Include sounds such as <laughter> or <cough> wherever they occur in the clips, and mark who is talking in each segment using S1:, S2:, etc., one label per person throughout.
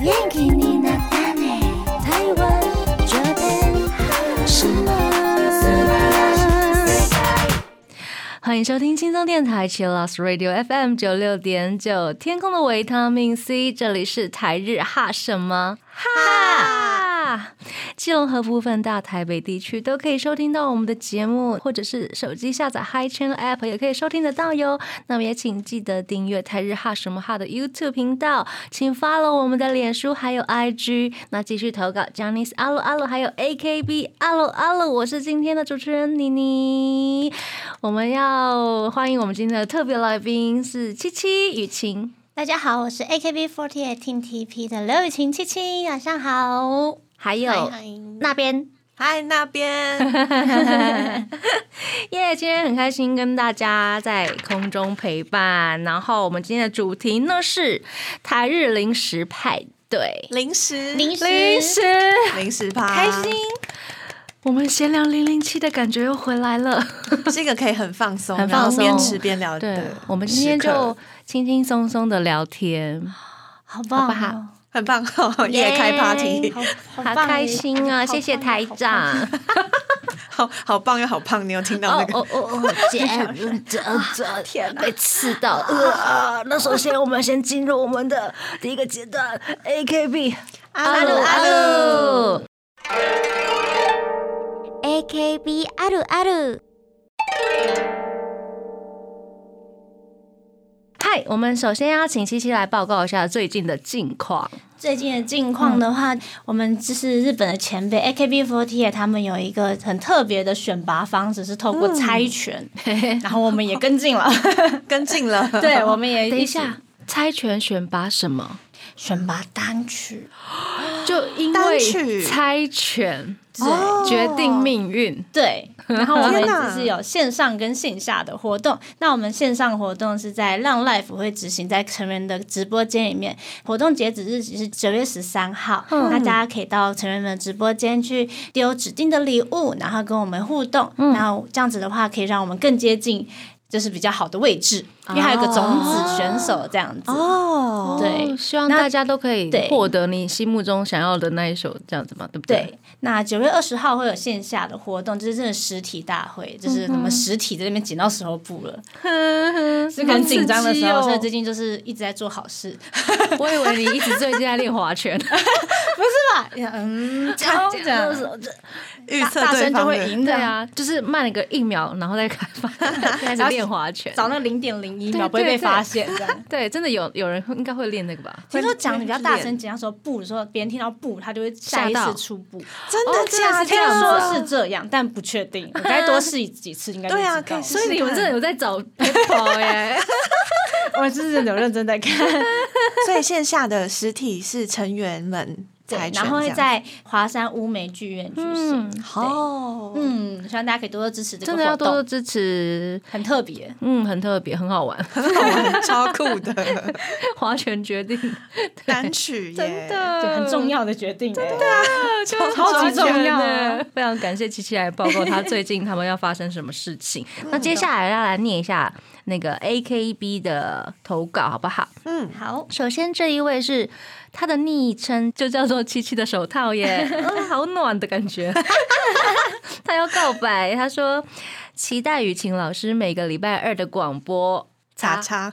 S1: 元気になったね台湾这边什么
S2: 欢迎收听轻松电台 Chillus Radio FM 九六点九，天空的维他命 C，这里是台日哈什么哈。基隆和部分大台北地区都可以收听到我们的节目，或者是手机下载 Hi Channel App 也可以收听得到哟。那么也请记得订阅台日哈什么哈的 YouTube 频道，请 follow 我们的脸书还有 IG。那继续投稿 j a n i c e 阿鲁阿鲁还有 AKB 阿鲁阿鲁，我是今天的主持人妮妮。我们要欢迎我们今天的特别来宾是七七雨晴。
S3: 大家好，我是 AKB48 Team TP 的刘雨晴七七，晚上好。
S2: 还有
S3: 嗨嗨
S2: 那边。
S4: 嗨，那边
S2: 耶今天很开心跟大家在空中陪伴。然后我们今天的主题呢是台日零食派对，
S4: 零食，
S3: 零食
S2: 零食
S4: 零食趴，
S2: 开心。我们闲聊零零七的感觉又回来了。
S4: 是一个可以很放松，
S2: 很
S4: 然后
S2: 放松
S4: 边吃边聊的
S2: 对
S4: 时刻。，
S2: 我们今天就轻轻松松的聊天，
S3: 好棒、
S2: 好不好
S3: 哦，
S4: 很棒， <laughs> 夜开 party，
S3: 好好
S2: 好
S3: 棒
S2: 开
S3: 耶
S2: 心啊！
S3: 好
S2: 谢谢
S3: 棒
S2: 台
S3: 好棒
S2: 长。
S4: 好好棒又好胖，你有听到那
S2: 哦
S4: 个？
S2: 哦哦 <laughs> 哦，姐，这这啊天被刺到呃，那首先我们先进入我们的第一个阶段，AKB
S3: 阿鲁阿
S2: 鲁。
S1: AKB あるある
S2: 嗨，我们首先要请七七来报告一下最近的近况。
S3: 最近的近况的话，我们就是日本的前辈 AKB48，他们有一个很特别的选拔方式，是透过猜拳，然后我们也跟进了。
S2: 哦
S4: 跟进
S2: <laughs>
S4: 了，
S3: 对，我们也
S2: 等一
S3: 起
S2: 下，猜拳选拔什么？
S3: 选拔单曲，
S2: 就因
S4: 单
S2: 为
S4: 曲
S2: 猜拳
S3: 对、
S2: 决定命运。
S3: 对，然后我们
S4: 天哪
S3: 只是有线上跟线下的活动。那我们线上活动是在浪 life 会执行在成员的直播间里面，活动截止日期是九月十三号，
S4: 嗯
S3: 那大家可以到成员们直播间去丢指定的礼物，然后跟我们互动。
S4: 嗯
S3: 然后这样子的话，可以让我们更接近。就是比较好的位置，因为还有一个种子选手这样子。
S4: 哦，
S3: 对
S2: 哦希望
S3: 那
S2: 大家都可以
S3: 对
S2: 获得你心目中想要的那一首，这样子嘛，对不对？
S3: 对，那九月二十号会有线下的活动，就是真的实体大会，
S4: 嗯
S3: 就是我们实体在那边剪到石头布了，
S2: <laughs>
S3: 是很紧张的时候，
S2: 好刺激哦
S3: 所以最近就是一直在做好事，
S2: <laughs> 我以为你一直最近在练划 <laughs> 拳，啊
S3: 是吧？嗯，这样这样，
S4: <laughs> 预测
S3: 大
S4: 对
S3: 声就
S4: 方
S3: 会
S4: 的。
S3: 赢
S2: 对
S3: 的。
S2: 啊，就是慢了个一秒，然后再开 <laughs> 发，开始练划拳。
S3: 找那零点零一
S2: 对
S3: 秒不会
S2: 对
S3: 被
S2: 对
S3: 发现，这样。
S2: 对，真的有有人会应该 <laughs> 会练那个吧？
S3: 听说讲的比较大
S4: 会
S3: 声，讲说不的时候，别人听到不，他就会
S2: 吓
S3: 下意
S2: 到
S3: 识出不。
S4: 真
S2: 哦
S4: 的
S2: 真的是
S4: 假的？
S2: 这
S3: 听
S2: 样子
S3: 说
S2: 啊
S3: 是这样，但不确定，我该多试几次，应该就
S4: 对啊
S3: 知道
S4: 可以
S3: 了 <laughs>
S4: 试
S2: 所以你们真的有在找 people <laughs> 耶？
S3: 我是真的有认真在
S4: <laughs>
S3: 看。
S4: 所以线下的实体是成员们
S3: 对，
S4: 猜拳这样，
S3: 然后会在华山乌梅剧院举行。
S4: 哦， <laughs>
S3: 嗯，希望大家可以多多支持这个
S2: 真
S3: 活动，
S2: 的要多啊多支持，
S3: 很特别。
S2: 嗯，很特别，很好玩，
S4: 超酷的
S2: <laughs> 划拳决定，
S4: 单曲耶，
S2: 真
S3: 对，
S2: 的
S3: 很重
S2: 要，
S3: 要的决定、真的、啊，
S2: 超
S3: 超级重要
S2: 的。非常感谢琪琪来报告他最近他们要发生什么事 <laughs> 情。嗯那接下来要来念一下那个 AKB 的投稿，好不好？
S4: 嗯，
S3: 好，
S2: 首先这一位是他的昵称就叫做七七的手套耶， <laughs> 嗯，好暖的感 <laughs> 觉。他要告白，他说期待雨晴老师每个礼拜二的广播，啊
S4: 叉叉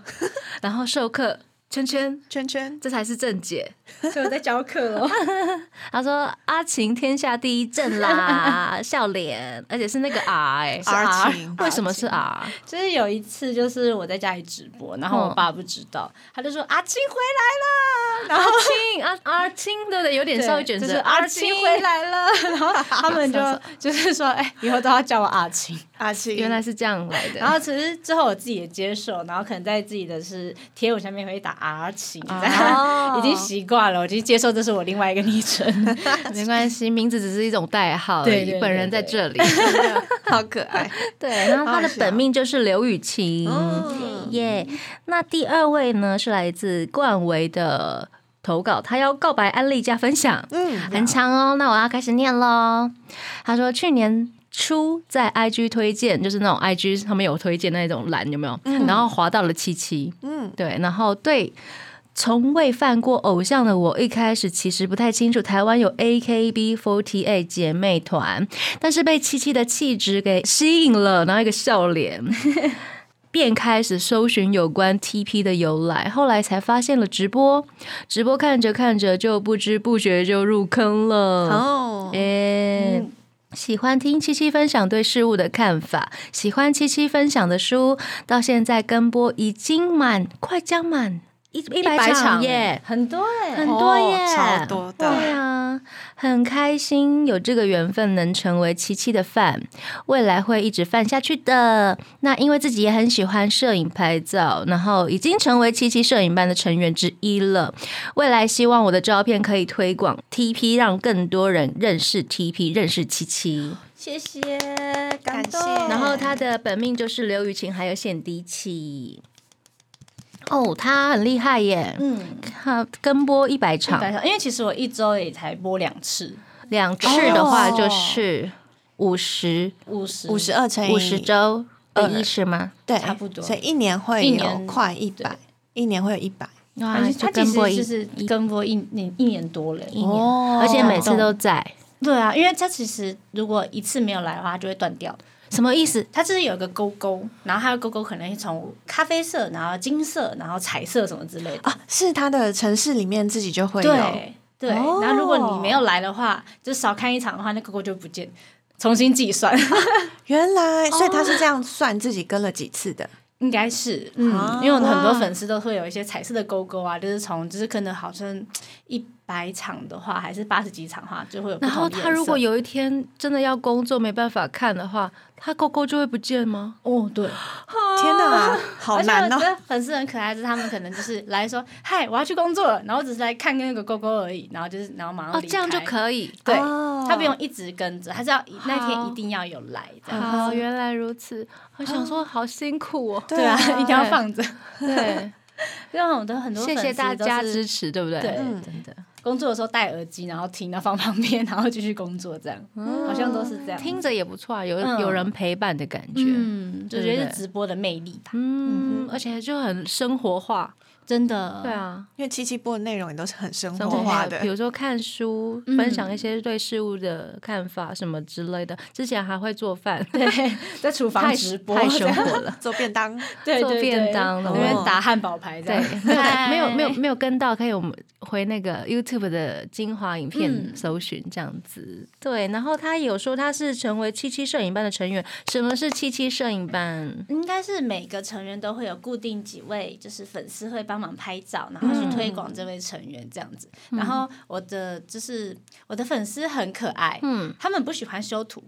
S2: 然后授课圈圈，
S4: 圈圈，
S2: 这才是正解。
S3: 所以我在教课喽。
S2: 他说阿晴天下第一正啦， <laughs> 笑脸，而且是那个 R 哎、
S4: R
S3: R
S4: 情
S2: 为什么是 R？
S3: 就是有一次，就是我在家里直播，然后我爸不知道，他就说阿青回来了，然后。
S2: 青阿阿青对不对？有点稍微卷
S3: 就是
S2: 舌，
S3: 阿
S2: 青
S3: 青回来了，然后他们就就是说，哎、以后都要叫我阿青。
S4: 阿青，
S2: 原来是这样来的。
S3: 然后其实之后我自己也接受，然后可能在自己的是贴文下面会打阿青，
S4: 哦
S3: 已经习惯了，我已经接受这是我另外一个昵称。
S2: <laughs> 没关系，名字只是一种代号而
S3: 对
S2: 已，
S3: 对对
S2: 本人在这里。
S4: <laughs> 好可爱，
S2: <laughs> 对，然后他的
S4: 好好笑
S2: 本命就是刘雨晴，
S4: 嗯
S2: 耶、那第二位呢是来自冠维的投稿，他要告白安利加分享，
S4: 嗯，
S2: 很长哦。那我要开始念喽。他说去年。初在 IG 推荐，就是那种 IG 嗯他们有推荐那种栏，有没有？然后滑到了七七，
S4: 嗯
S2: 对，然后对从未犯过偶像的我，一开始其实不太清楚台湾有 AKB48 姐妹团，但是被七七的气质给吸引了，然后一个笑脸。 <laughs> 便开始搜寻有关 TP 的由来，后来才发现了直播。直播看着看着就不知不觉就入坑了。
S4: 哦，
S2: 耶、喜欢听七七分享对事物的看法，喜欢七七分享的书，到现在跟播已经满，快将满一一
S3: 100
S2: 百
S3: 场
S2: 场耶，
S3: 很多哎、
S2: 很多耶，
S4: 哦超多的
S2: 对啊，很开心有这个缘分能成为七七的饭，未来会一直饭下去的。那因为自己也很喜欢摄影拍照，然后已经成为七七摄影班的成员之一了。未来希望我的照片可以推广 TP，让更多人认识 TP，认识七七。
S3: 谢谢，感
S4: 感谢
S3: 动。
S2: 然后他的本命就是刘雨晴，还有显迪奇。哦，他很厉害耶！
S3: 嗯，
S2: 他跟播一百场，
S3: 感谢因为其实我一周也才播两次，
S2: 两次的话就是五十
S3: 五十
S4: 五十二乘以
S2: 五十周的意思吗？
S4: 对，
S3: 差不多
S4: 所以一年会
S3: 一
S4: 有
S3: 年
S4: 快一百
S3: 对，
S4: 一年会有一百。
S2: 哇
S3: 反正
S2: 就
S3: 他其
S2: 跟
S3: 实
S2: 播一
S3: 啊就是跟播一年一年多了。
S2: 一年，
S4: 哦
S2: 而且每次都在，
S3: 对啊，因为他其实如果一次没有来的话，它就会断掉。
S2: 什么意思？
S3: 它就是有一个勾勾，然后它的勾勾可能会从咖啡色，然后金色，然后彩色什么之类的。
S4: 啊，是它的城市里面自己就会有，
S3: 对对，
S4: 哦
S3: 然后如果你没有来的话，就少看一场的话，那勾勾就不见，重新计算， <laughs>
S4: 原来，所以它是这样算自己跟了几次的，
S3: 应该是嗯，因为我们很多粉丝都会有一些彩色的勾勾啊，就是从就是可能好像一百场的话，还是八十几场的话，就会有不
S2: 然
S3: 同
S2: 后
S3: 的颜色。
S2: 他如果有一天真的要工作没办法看的话，他勾勾就会不见吗？
S3: 哦对，
S4: 天哪，好
S3: 而且我
S4: 难
S3: 觉
S4: 哦！
S3: 得粉丝很可爱，就是他们可能就是来说：“嗨，我要去工作了。”然后只是来看那个勾勾而已，然后就是然后马上
S2: 哦，
S3: 离
S2: 这样就
S3: 开
S2: 可以。
S3: 对，
S4: 哦
S3: 他不用一直跟着，他是要一那天
S2: 好
S3: 一定要有来这样。
S2: 好，原来如此。我想说，好辛苦哦。
S3: 对啊，一定要
S2: <laughs>
S3: 放着。
S2: 对，
S3: 因为我们的很多
S2: 谢谢大家
S3: 是
S2: 支持，对不对？
S3: 对
S2: 嗯真的。
S3: 工作的时候戴耳机，然后听，然后放旁边，然后继续工作这样，好像都是这样。
S2: 听着也不错啊，有
S3: 嗯
S2: 有人陪伴的感觉。
S3: 嗯，就觉
S2: 对
S3: 得
S2: 对
S3: 是直播的魅力吧，
S2: 嗯，而且就很生活化。
S3: 真的。 <laughs>
S2: 对，啊，
S4: 因为七七播的内容也都是很生
S2: 生
S4: 活
S2: 活
S4: 化
S2: 化的，比
S4: 的，
S2: 如说看书，
S3: 嗯
S2: 分享一些对事物的看法什么之类的。之前还会做 <laughs> 饭，
S3: 在厨房
S2: 太
S3: 直播，
S2: 太
S3: 这
S2: 生
S3: 样
S2: <laughs> 活了。
S4: 做便当，
S3: 对
S2: 做
S3: 对
S2: 便
S3: 对
S2: 当
S3: 那
S2: 了
S3: 边
S4: 哦
S3: 打汉堡排这
S2: 对
S3: 样。，
S2: 没有没有没有没有跟到，可以我们回那个 YouTube 的精华影片
S3: 嗯
S2: 搜寻这样子。对，然后他有说他是成为七七摄影班的成员。什么是七七摄影班？
S3: 应该是每个成员都会有固定几位，就是粉丝会帮忙拍照，然
S2: 嗯
S3: 后去推广这位成员这样子。然后我的就是我的粉丝很可爱，
S2: 嗯，
S3: 他们不喜欢修图，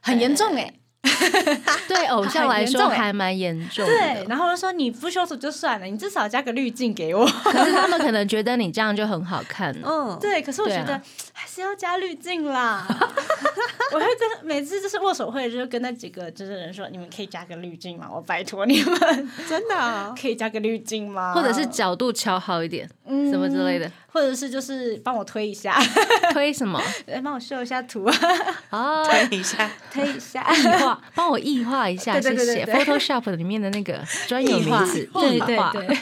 S3: 很严重哎、
S2: 欸 <laughs> 对偶像来说
S3: 很严重欸
S2: 还蛮严重
S3: 对
S2: 的，，
S3: 然后我就说你不修图就算了，你至少加个滤镜给我。 <laughs>
S2: 可是他们可能觉得你这样就很好 <laughs> 看了。
S4: 嗯，
S3: 对，可是我
S2: 对
S3: 觉
S2: 啊
S3: 得、还是要加滤镜啦。 <laughs> 我会跟每次就是握手会，就是跟那几个就是人说，你们可以加个滤镜吗？我拜托你们， <laughs>
S4: 真的啊，
S3: 可以加个滤镜吗？
S2: 或者是角度调好一点，什么之类的，
S3: 或者是就是帮我推一下， <laughs>
S2: 推什 <laughs> 么？
S3: 来帮我秀一下
S2: <laughs>
S3: 图啊，
S2: 哦，
S4: 推一下，
S3: 推一下。
S2: <laughs> 异化，帮我异化一下，
S3: 对
S2: 谢
S3: 对对
S2: 谢。
S3: 对对
S2: Photoshop 里面的那 <laughs> 个专有名词，
S3: 对
S2: 异
S3: 对
S2: 化。
S3: 对， <laughs>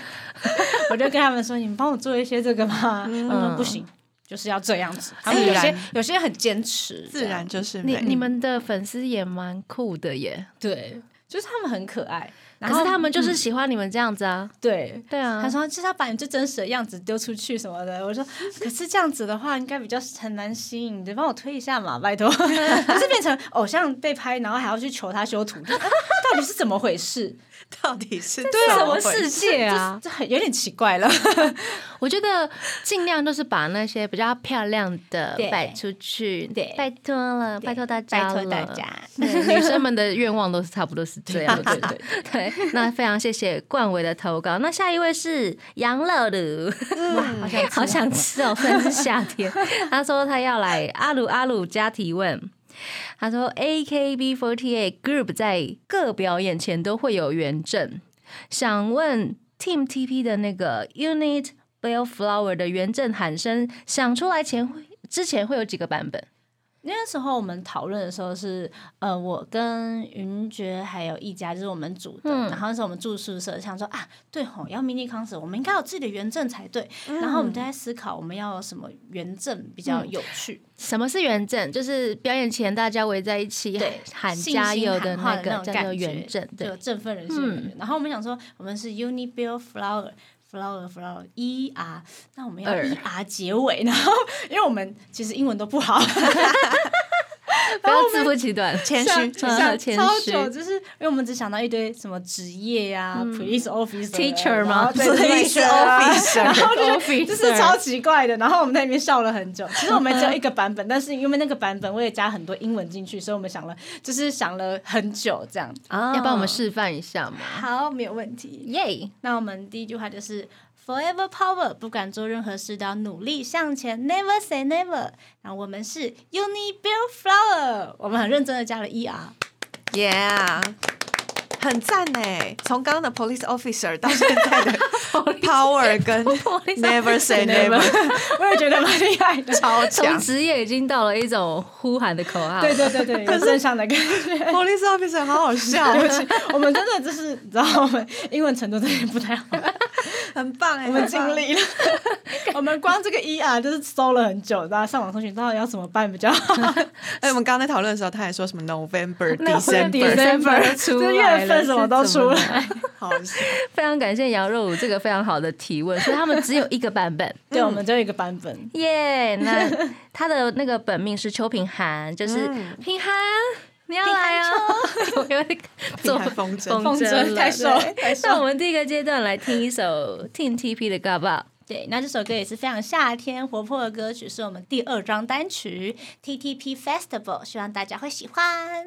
S3: 我就跟他们说，你们帮我做一些这个吧。
S2: 嗯
S3: 他们说不行，就是要这样子。他们有
S4: 自
S3: 些
S4: 然
S3: 有些很坚持，
S4: 自然就是
S2: 你
S4: 美。
S2: 你们的粉丝也蛮酷的耶，
S3: 这样对，就是他们很可爱。然
S2: 可
S3: 后嗯
S2: 是他们就是喜欢你们这样子啊。
S3: 对。
S2: 嗯对啊，
S3: 他说：“就是要把你最真实的样子丢出去什么的。”我说：“可是这样子的话，应该比较很难吸引你，帮我推一下嘛，拜
S2: <laughs>
S3: 托。” <laughs> 就是变成偶像被拍，然后还要去求他修图，就啊到底是怎么回事？
S4: 到底是
S3: 这
S4: 怎
S3: 什
S4: 么
S3: 么
S4: 回
S3: 世
S4: 事？
S3: 界啊？这很有点奇怪了。
S2: 我觉得尽量都是把那些比较漂亮的
S3: 对
S2: 摆出去，
S3: 对
S2: 拜托了， <laughs> 拜托大家
S3: 拜
S2: 了，
S3: 托大
S2: <laughs>
S3: 家。
S2: 对女生们的愿望都是差不多是这样的，对
S3: 对
S2: <laughs> 对对。那非常谢谢冠伟的投稿。那下一位是杨乐鲁，好想好想吃哦，虽然是夏天。他说他要来阿鲁阿鲁家提问。他说，AKB48 Group 在各表演前都会有圆阵，想问 Team TP 的那个 Unit Bellflower 的圆阵喊声响出来前会之前会有几个版本？
S3: 那时候我们讨论的时候是，呃，我跟云爵还有一家，就是我们组的，
S2: 嗯
S3: 然后那时候我们住宿舍，想说啊，对吼，要 mini concert，我们应该有自己的圆阵才对。然后我们就在思考，我们要有什么圆阵比较有趣，
S2: 什么是圆阵？就是表演前大家围在一起
S3: 对
S2: 喊
S3: 信心
S2: 加油的
S3: 喊话
S2: 那
S3: 的
S2: 个
S3: 种
S2: 叫
S3: 感觉
S2: 做圆阵，
S3: 就
S2: 对嗯
S3: 有，振奋人心的感觉。然后我们想说，我们是 Uni Bill Flower。flower flower e r，那我们要
S2: 二
S3: e r 结尾，然后因为我们其实英文都不好，
S2: 不要自不其短，
S3: <laughs>
S4: 谦虚
S2: 谦嗯
S3: 想
S2: 谦
S3: 超
S2: 虚。嗯
S3: 久，就是因为我们只想到一堆什么职业呀、police officer 啊
S2: Teacher 吗 <laughs>
S3: 然后对 police
S4: Police
S3: officer，
S4: officer
S3: <laughs> 然后就是
S2: Officer
S3: 就是超奇怪的。然后我们在那边笑了很久。
S2: <laughs>
S3: 其实我们只有一个版本，但是因为那个版本我也加很多英文进去，所以我们想了，就是想了很久这样。
S2: 啊 <laughs> 要帮我们示范一下吗？
S3: 好，没有问题。
S2: 耶！
S3: 那我们第一句话就是 Forever Power，不管做任何事都要努力向前，Never say never。然后我们是 Uni Bill Flower，我们很认真的加了 E R。
S4: ，Yeah，很赞哎！从刚刚的 police officer 到现
S2: <laughs>
S4: 在的 power 跟 never say never，
S3: <laughs>
S2: <laughs>
S3: 我也觉得蛮厉害的。
S4: 超
S2: 从
S4: 强。
S2: 职业已经到了一种呼喊的口号，
S3: <laughs> 对对对 <laughs> 对，有正向的感 <laughs> 觉。
S4: police officer 好
S2: <laughs>
S4: 好笑，
S3: 我们真的就是，你知道，我们英文程度真的不 <laughs> 太好，
S4: 很棒哎！
S3: 我们
S4: 很
S3: 尽 <laughs>
S4: 棒
S3: 力了。我们光这个 E R 就是搜了很久，大家上网搜寻到底要怎么办比较
S2: <laughs>
S3: 好。
S4: 哎，我们刚刚在讨论的时候，他还说什么 November、
S3: <laughs>
S4: December，
S2: December
S3: 就
S2: 出
S3: 是
S2: 来了
S3: 月份什么都出
S2: 是怎么
S3: 来。
S4: <laughs> 好笑。
S2: 非常感谢羊肉舞这个非常好的提问，所以他们只有一个版本。
S3: 对，我们就有一个版本。
S2: 耶、
S3: <laughs>
S2: 那他的那个本命是邱品涵，就是
S4: 嗯
S2: 品涵，你要来啊！我 <laughs> 有点做
S4: 品涵风筝
S3: 风筝太瘦
S2: 了对
S3: 太瘦
S2: 那我们第一个阶段来听一首 Team TP 的《嘎巴
S3: 对，那这首歌也是非常夏天活泼的歌曲，是我们第二张单曲《TTP Festival》，希望大家会喜欢。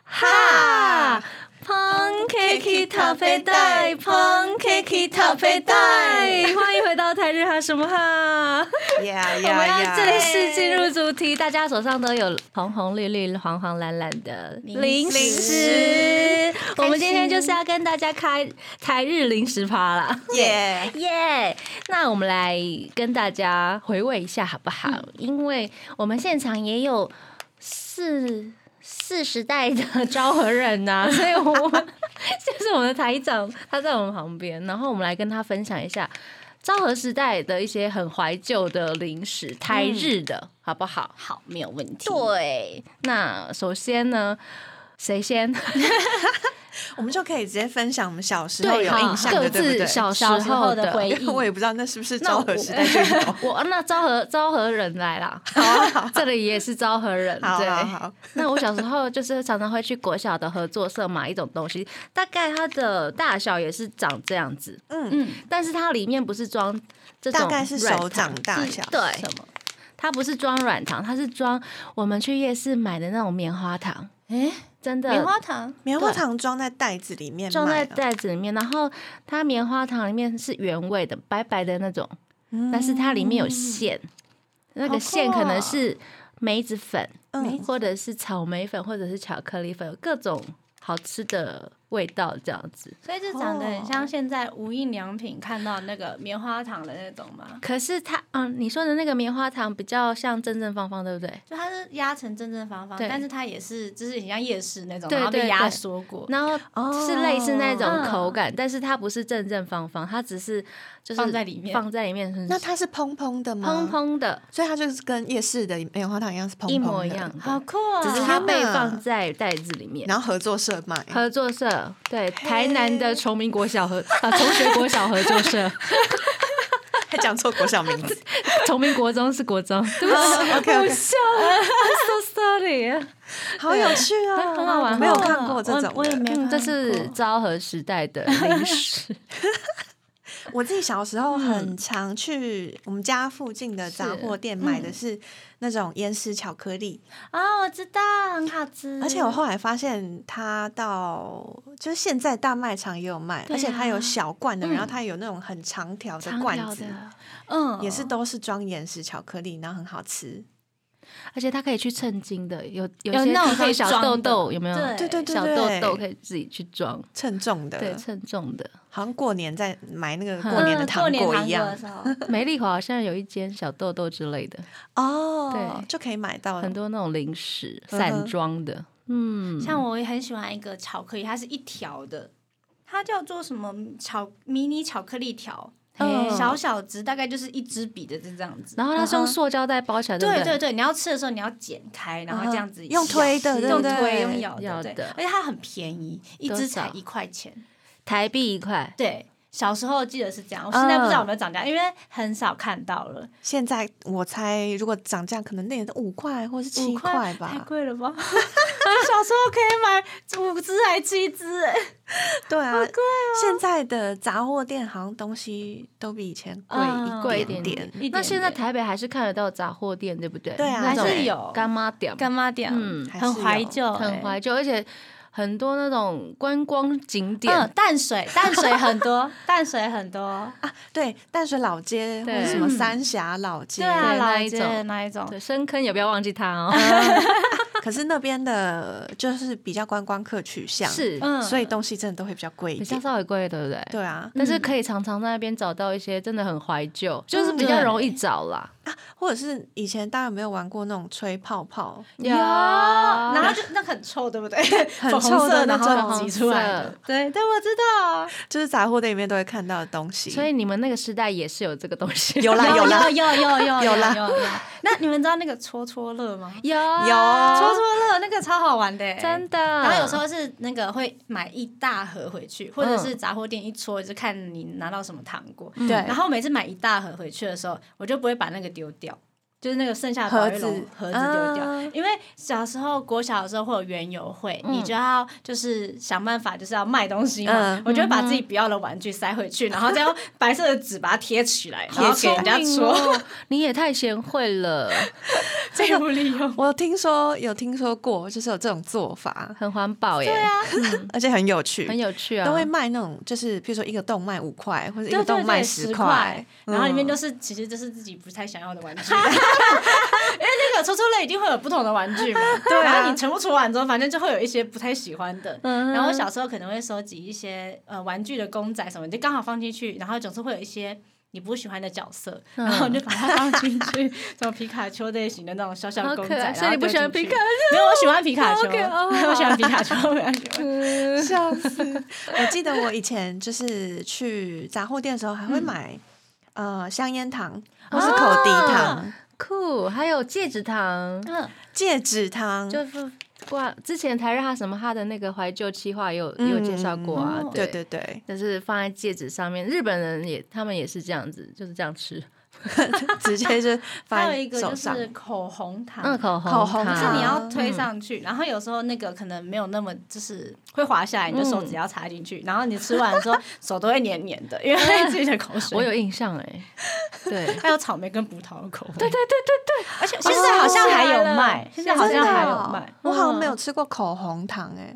S2: 哈。Pancake 塔佩带，Pancake 塔佩带，欢迎回到台日哈什么哈。
S4: Yeah
S2: <laughs> 我们
S4: yeah
S2: 要正
S4: yeah！
S2: 式进入主题，大家手上都有红红绿绿、黄黄蓝蓝的零
S3: 零
S2: 食。我们今天就是要跟大家开台日零食趴啦，
S4: 耶，
S2: 耶！那我们来跟大家回味一下好不好？
S4: 嗯
S2: 因为我们现场也有四。四十代的昭和人呐、
S4: <laughs>
S2: 所以我们就是我们的台长，他在我们旁边，然后我们来跟他分享一下昭和时代的一些很怀旧的零食，台日的、
S4: 嗯
S2: 好不好？
S3: 好，没有问题。
S2: 对，那首先呢，谁
S4: <laughs>
S2: 先？
S4: 我们就可以直接分享我们小时候
S2: 对，
S4: 有
S2: 好
S4: 印象
S2: 各
S4: 的，对不
S2: 自
S4: 对？
S2: 小时
S3: 小时候的回
S2: 忆。
S3: 忆
S4: 因为我也不知道那是不是
S2: 那
S4: 昭
S2: 我
S4: 和时代
S2: <laughs>
S4: 就有。
S2: 我啊那昭和昭和人来啦， <laughs> 这里也是昭和人。
S4: 啊好啊
S2: 对，
S4: 好好，
S2: 那我小时候就是常常会去国小的合作社买一种东西，大概它的大小也是长这样子，
S4: 嗯，
S3: 嗯，
S2: 但是它里面不是装这种
S4: 大概是手
S2: 软糖
S4: 掌大小。
S2: 对，
S3: 什么？
S2: 它不是装软糖，它是装我们去夜市买的那种棉花糖，
S3: 哎，
S2: 真的
S3: 棉花糖。
S4: 棉花啊糖装在袋子里面卖
S2: 装在
S4: 的
S2: 袋子里面，然后它棉花糖里面是原味的，白白的那种，
S4: 嗯
S2: 但是它里面有馅，那
S3: 嗯好
S2: 个
S3: 酷
S2: 馅可能
S3: 哦
S2: 是梅子粉，
S4: 嗯
S2: 或者是草莓粉，或者是巧克力粉，有各种好吃的味道这样子。
S3: 所以这长得很像现在无印良品看到那个棉花糖的那种嘛，
S2: 可是它，嗯，你说的那个棉花糖比较像正正方方，对不对？
S3: 就它是压成正正方方，
S2: 对
S3: 但是它也是就是很像夜市那种，
S2: 对
S3: 然后
S2: 对
S3: 被
S2: 对
S3: 压缩过，
S2: 然后
S4: 哦
S2: 是类似那种
S3: 嗯
S2: 口感，但是它不是正正方方，它只是就是
S3: 放在里面
S2: 放在里面，
S4: 那它是蓬蓬的吗？
S2: 蓬，蓬的，
S4: 所以它就是跟夜市的棉花糖一样是蓬蓬
S2: 一模
S4: 的
S2: 一样。
S3: 好酷哦！
S2: 只是它被
S4: 天哪
S2: 放在袋子里面。
S4: 然后合作社卖，
S2: 合作社，对，台南的崇明国小合 <laughs> 啊，崇学国小合作社，
S4: 还讲错国小名
S2: <laughs>
S4: 字。
S2: 崇明国中是国中，对不起，
S4: OK
S2: 我
S4: OK，
S2: 笑了，I'm so sorry。
S4: 好有趣哦，
S2: 很好玩
S4: 我没有看过这种的，
S3: 我也没有看
S2: 嗯，
S3: 过，
S2: 这是昭和时代的零食，
S4: 我自己小时候
S2: 嗯
S4: 很常去我们家附近的杂货店买的是那种烟丝巧克力，
S3: 啊，我知道，很好吃。
S2: 嗯
S4: 而且我后来发现它到就是现在大卖场也有卖，
S2: 对啊
S4: 而且它有小罐的，
S2: 嗯
S4: 然后它有那种很长条的
S2: 长
S4: 罐
S2: 条
S4: 子，
S2: 的，哦
S3: 嗯
S4: 也是都是装岩石巧克力，然后很好吃。
S2: 而且它可以去称斤的，有有
S3: 有
S2: 些
S3: 那种
S2: 可
S3: 可
S2: 以
S3: 以
S2: 小
S3: 装
S2: 豆
S3: 的
S2: 豆有没有？
S3: 对对
S4: 对对
S2: 小豆
S4: 对
S2: 豆可以自己去装，
S4: 称重的，
S2: 对，称重的。
S4: 好像过年在买那个
S2: 嗯
S4: 过年的
S3: 嗯过
S4: 糖
S3: 年
S4: 果
S3: 糖
S4: 一样
S3: 的时 <laughs> 候，
S2: 美丽华好像有一间小豆豆之类的，
S4: 哦
S2: 对，
S4: 就可以买到
S2: 很多那种零食
S4: 哦嗯哼
S2: 散装的，嗯，
S3: 像我也很喜欢一个巧克力，它是一条的，它叫做什么巧迷你巧克力条，
S2: 嗯
S3: 小小只，大概就是一支笔的这样子。
S2: 然后它是
S4: 嗯
S2: 用
S4: 哼
S2: 塑胶袋包起来，不
S3: 对
S2: 对
S3: 对对，你要吃的时候你要剪开，然后这样子
S4: 嗯用推
S3: 咬
S4: 的对
S3: 用
S4: 不对
S3: 推用咬
S2: 咬
S3: 的，对
S2: 的，
S3: 而且它很便宜，一
S2: 多
S3: 支
S2: 少
S3: 才一块钱。
S2: 台币一块，
S3: 对，小时候记得是这样，我现在
S2: 嗯
S3: 不知道有没有涨价，因为很少看到了，
S4: 现在我猜，如果涨价，可能那也是五块或是七
S3: 五
S4: 块
S3: 太
S4: 吧。
S3: 贵了吧？ <laughs> 小时候可以买五支还七支，哎
S4: 对啊，现在的杂货店好像东西都比以前贵
S3: 嗯
S2: 贵
S4: 一
S2: 一
S4: 点
S2: 点
S4: 点。
S3: 一点
S2: 那现在
S3: 点
S2: 台北还是看得到杂货店，对不对？
S4: 对啊
S2: 那种哎
S3: 还是有
S2: 干妈店，
S3: 干妈店，
S2: 嗯
S4: 还
S3: 很
S4: 是
S3: 怀
S4: 有
S3: 旧，
S2: 很
S3: 哎
S2: 怀旧，而且很多那种观光景点，
S3: 嗯，淡水，淡水很多，淡水很多，
S4: 啊对，淡水老街或
S2: 对
S4: 者什么三峡老街
S3: 对，啊，
S2: 对那
S3: 老
S2: 一
S3: 街
S2: 种
S3: 的那一种，
S2: 对，深坑也不要忘记它哦。
S3: 嗯
S2: <laughs>
S4: 可是那边的就是比较观光客取向，，
S2: 是，
S3: 嗯，
S4: 所以东西真的都会比较贵一
S2: 比较
S4: 点。
S2: 稍微贵，对不对？
S4: 对啊，
S2: 但是可以常常在那边找到一些真的很怀
S3: 嗯
S2: 旧，就是比较容易找啦。
S4: 啊或者是以前大家有没有玩过那种吹泡泡？
S2: 有，
S3: 然后就那很臭，对不对？很
S4: 臭的
S3: 那
S4: 然
S2: 后
S3: 种挤出来的
S2: 粉，
S3: 对对，我知道，
S4: 就是杂货店里面都会看到的东西。
S2: 所以你们那个时代也是有这个东西，
S4: 有
S2: <laughs>
S4: 啦
S3: <laughs> 有
S4: 啦
S3: 有有有
S4: 有啦
S3: 有有。那你们知道那个戳戳乐吗？
S2: 有
S4: 有
S3: 戳戳乐那个超好玩的，
S2: 真的。
S3: 然
S2: 然
S4: 嗯
S3: 后有时候是那个会买一大盒回去，或者是杂货店一戳就看你拿到什么糖果。
S4: 嗯对
S3: 然后每次买一大盒回去的时候，我就不会把那个丢掉，就是那个剩下的宝丽龙盒
S4: 盒子
S3: 子丢掉，
S4: 啊
S3: 因为小时候国小的时候会有园游会，
S2: 嗯
S3: 你就要就是想办法就是要卖东西嘛，
S4: 嗯
S3: 我就会把自己不要的玩具塞回去，然后再用白色的纸把它贴起来，然后给人家
S2: 好
S3: 戳，
S4: <laughs>
S2: 聪明哦， <laughs> 你也太贤惠了，
S3: 废物利用。
S4: 我听说有听说过，就是有这种做法，
S2: 很环保耶。对啊，
S4: 而且很有趣，
S2: 很有趣啊。
S4: 都会卖那种，就是比如说一个洞卖五块，或者一
S3: 对
S4: 个
S3: 对
S4: 洞卖
S3: 对，
S4: 十
S3: 十
S4: 块，
S3: 然后里面
S4: 嗯
S3: 就是其实就是自己不太想要的玩具，因 <laughs> 为那个抽抽乐一定会有不同的玩
S2: <laughs>
S3: 具嘛，
S4: 对啊
S3: 然后你全部抽完之后，反正就会有一些不太喜欢的。
S2: 嗯
S3: 然后我小时候可能会收集一些呃玩具的公仔什么，你就刚好放进去，然后总是会有一些。你不喜欢的角色，
S2: 嗯
S3: 然后你就把它放进去， <laughs> 什么皮卡丘类型的那种小小
S2: 好
S3: 公
S2: 可
S3: 仔，
S2: 爱，
S3: 然
S2: 所以
S3: 后
S2: 你不
S3: 丢
S2: 喜欢皮
S3: 进去
S2: 卡丘？
S3: 没
S2: OK，
S3: 有，我喜欢皮卡丘，
S2: 哦
S3: <laughs> 我喜欢皮卡丘，我喜欢皮卡
S2: <laughs>
S3: 丘。
S4: 笑死！我记得我以前就是去杂货店的时候，还
S2: 嗯
S4: 会买、呃香烟糖
S2: 啊
S4: 或是口笛糖、
S2: 酷，还有戒指糖，
S3: 嗯，
S4: 戒指糖，
S2: 就是挂之前台日哈什么哈的那个怀旧企划也有也有介绍过啊
S4: 嗯，对
S2: 对
S4: 对对，
S2: 就是放在戒指上面，日本人也他们也是这样子，就是这样吃。
S4: 直
S2: <laughs>
S4: 接就放
S3: 还有
S4: 在
S3: 一个
S4: 手
S3: 就
S4: 上。
S3: 是口红糖，
S2: 嗯，口红
S4: 口红
S2: 糖
S3: 就
S4: 啊
S3: 是你要推上去，然后有时候那个可能没有那么就是会滑下来，你的
S4: 嗯
S3: 手指要插进去，然后你吃完的时
S4: <laughs>
S3: 候手都会黏黏的，因
S4: 嗯
S3: 为自己的口水。
S2: 我有印象 <laughs> 哎，对，
S3: 还有草莓跟葡萄的口红，
S2: 对对对
S3: 而且现在好像还有卖，现在好
S4: 哦啊真
S3: 像
S4: 的
S3: 还有
S4: 哦
S3: 卖，
S4: 我好像没
S3: 嗯
S4: 有吃过口红糖哎、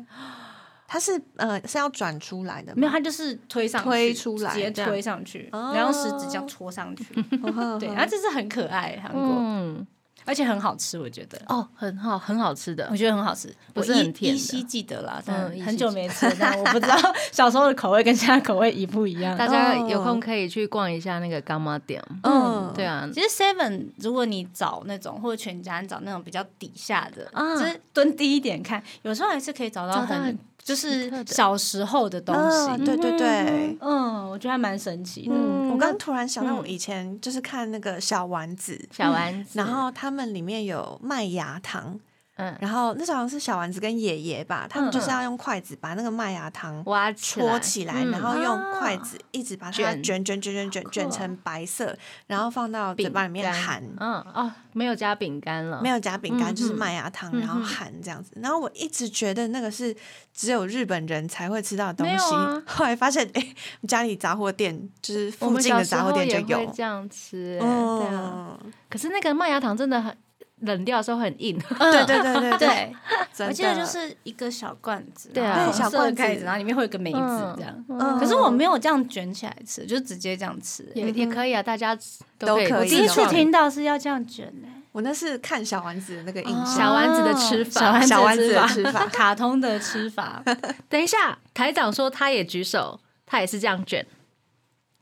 S4: 它是呃是要转出来的吗，
S3: 嗯没有，它就是推上去
S4: 推出来
S3: 直接
S4: 这样
S3: 推上去，
S4: 哦嗯
S3: 然后食指这样戳上去，
S4: 有
S3: 对，然后这是很可爱韩
S2: 对，
S3: 国，
S2: 嗯，
S3: 而且很好吃，我觉得。
S2: 哦，很好，很好吃
S3: 我
S2: 的，
S3: 觉得很好吃，
S2: 不
S3: 我
S2: 是
S3: 依
S2: 很甜的
S3: 依稀记得啦，但
S2: 嗯依稀
S3: 很久
S2: 记
S3: 没吃了，但我不知道 <laughs> 小时候的口味跟现在口味一不一样。
S2: 大家有空可以去逛一下那个干妈店，
S4: 嗯
S2: 对啊，
S3: 其实 Seven，如果你找那种或者全家你找那种比较底下的，
S2: 啊
S3: 就是蹲低一点看，有时候还是可以找
S2: 找
S3: 到
S2: 到
S3: 很
S2: 很
S3: 就是
S2: 奇特的
S3: 小时候的东西。
S4: 啊，对对对。
S3: 嗯，我觉得还蛮神奇的。
S4: 嗯，我
S2: 那
S4: 刚突然想到，
S3: 嗯
S4: 我以前就是看那个小丸子，
S2: 嗯小丸子，
S4: 然后他们里面有麦芽糖，
S2: 嗯，
S4: 然后那时候好像是小丸子跟爷爷吧，他们
S3: 嗯
S4: 就是要用筷子把那个麦芽糖
S2: 挖起来，
S4: 戳起来，
S2: 嗯
S4: 然后用
S3: 啊
S4: 筷子一直把它
S2: 卷
S4: 卷卷卷卷卷卷
S3: 哦
S4: 成白色，然后放到嘴巴里面
S2: 饼干
S4: 含。
S2: 嗯哦，没有加饼干了，
S4: 没
S2: 有，
S4: 有夹饼干，
S2: 嗯
S4: 就是
S2: 嗯
S4: 麦芽糖，
S2: 嗯
S4: 然后
S2: 嗯
S4: 含这样子。然后我一直觉得那个是只有日本人才会吃到的东
S2: 没有
S4: 西，
S2: 啊
S4: <laughs> 后来发现，哎，家里杂货店就是
S2: 我
S4: 附
S2: 们
S4: 近
S2: 小
S4: 的
S2: 时
S4: 杂货
S2: 候
S4: 店
S2: 也
S4: 就
S2: 会
S4: 有。
S2: 这样吃、哎对啊。
S4: 嗯，
S2: 可是那个麦芽糖真的很冷掉的时候很硬，
S4: 对对对
S2: <laughs>
S4: 对对，
S3: 对，
S4: 真
S3: 我记得
S4: 的
S3: 就是一个小罐子，
S2: 对啊
S3: 然后
S4: 对小
S3: 红色的
S4: 罐子
S3: 盖子，然后里面会有个梅子
S2: 嗯
S3: 这样。
S4: 嗯
S3: 可是我没有这样卷起来吃，就直接这样吃。
S2: 也也可以啊，大家
S4: 都
S2: 可以。
S4: 可
S2: 我
S4: 以
S2: 第一
S3: 第一
S4: 的
S2: 次
S3: 次
S4: 话
S2: 听
S3: 听到是要这样卷的，
S4: 我那是看小丸子的那个印
S3: 哦
S4: 象，
S2: 小丸子的吃法，
S3: 小丸
S4: 小丸子
S3: 子
S4: 的
S3: 的
S4: 吃法
S3: 卡通的吃 <laughs> 法。
S2: 等一下，台长说他也举手，他也是这样卷。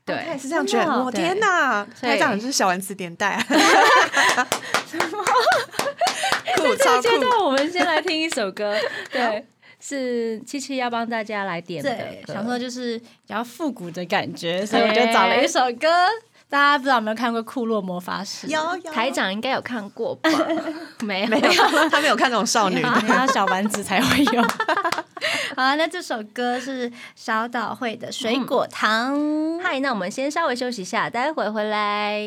S2: 对，
S4: 他也是这样卷。
S3: 真的哦
S4: 我
S2: 对
S4: 天哪，
S2: 所以
S4: 他讲的是小丸子年
S2: <laughs>
S4: 代啊， <laughs> 酷
S2: 这
S4: 超
S2: 个阶
S4: 酷。
S2: 段，我们先来听一首
S4: <laughs>
S2: 歌，对，是七七要帮大家来点的
S3: 对，嗯
S2: 歌。
S3: 想说就是比较复古的感觉，所以我就找了一首歌。大家不知道有没有看过《库洛魔法使》？
S4: 有有
S2: 台长应该有看过
S4: <laughs>
S2: 吧？没有，
S4: 没有，他没有看这种少女
S3: 没有，
S2: <laughs>
S3: <laughs>
S4: 的。
S3: 你要小丸子才会有。好啊，那这首歌是小岛惠的《水果糖》。
S2: 嗨，那我们先稍微休息一下，待会回来。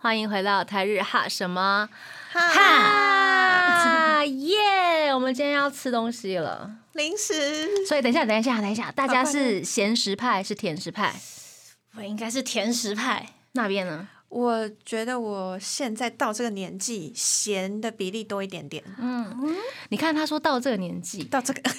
S2: 欢迎回到台日哈什么
S4: 哈，
S2: 哈 <laughs> 耶！我们今天要吃东西了，啊
S4: 零食
S2: 所以等一下，等一下，等一下，大家
S4: 好快
S2: 是咸食派是甜食派？
S3: <laughs> 我应该是甜食派，
S2: 那边呢？
S4: 我觉得我现在到这个年纪，咸的比例多一点点。
S2: 你看他说到这个年纪，
S4: 到这
S3: <laughs>
S4: 个， <laughs>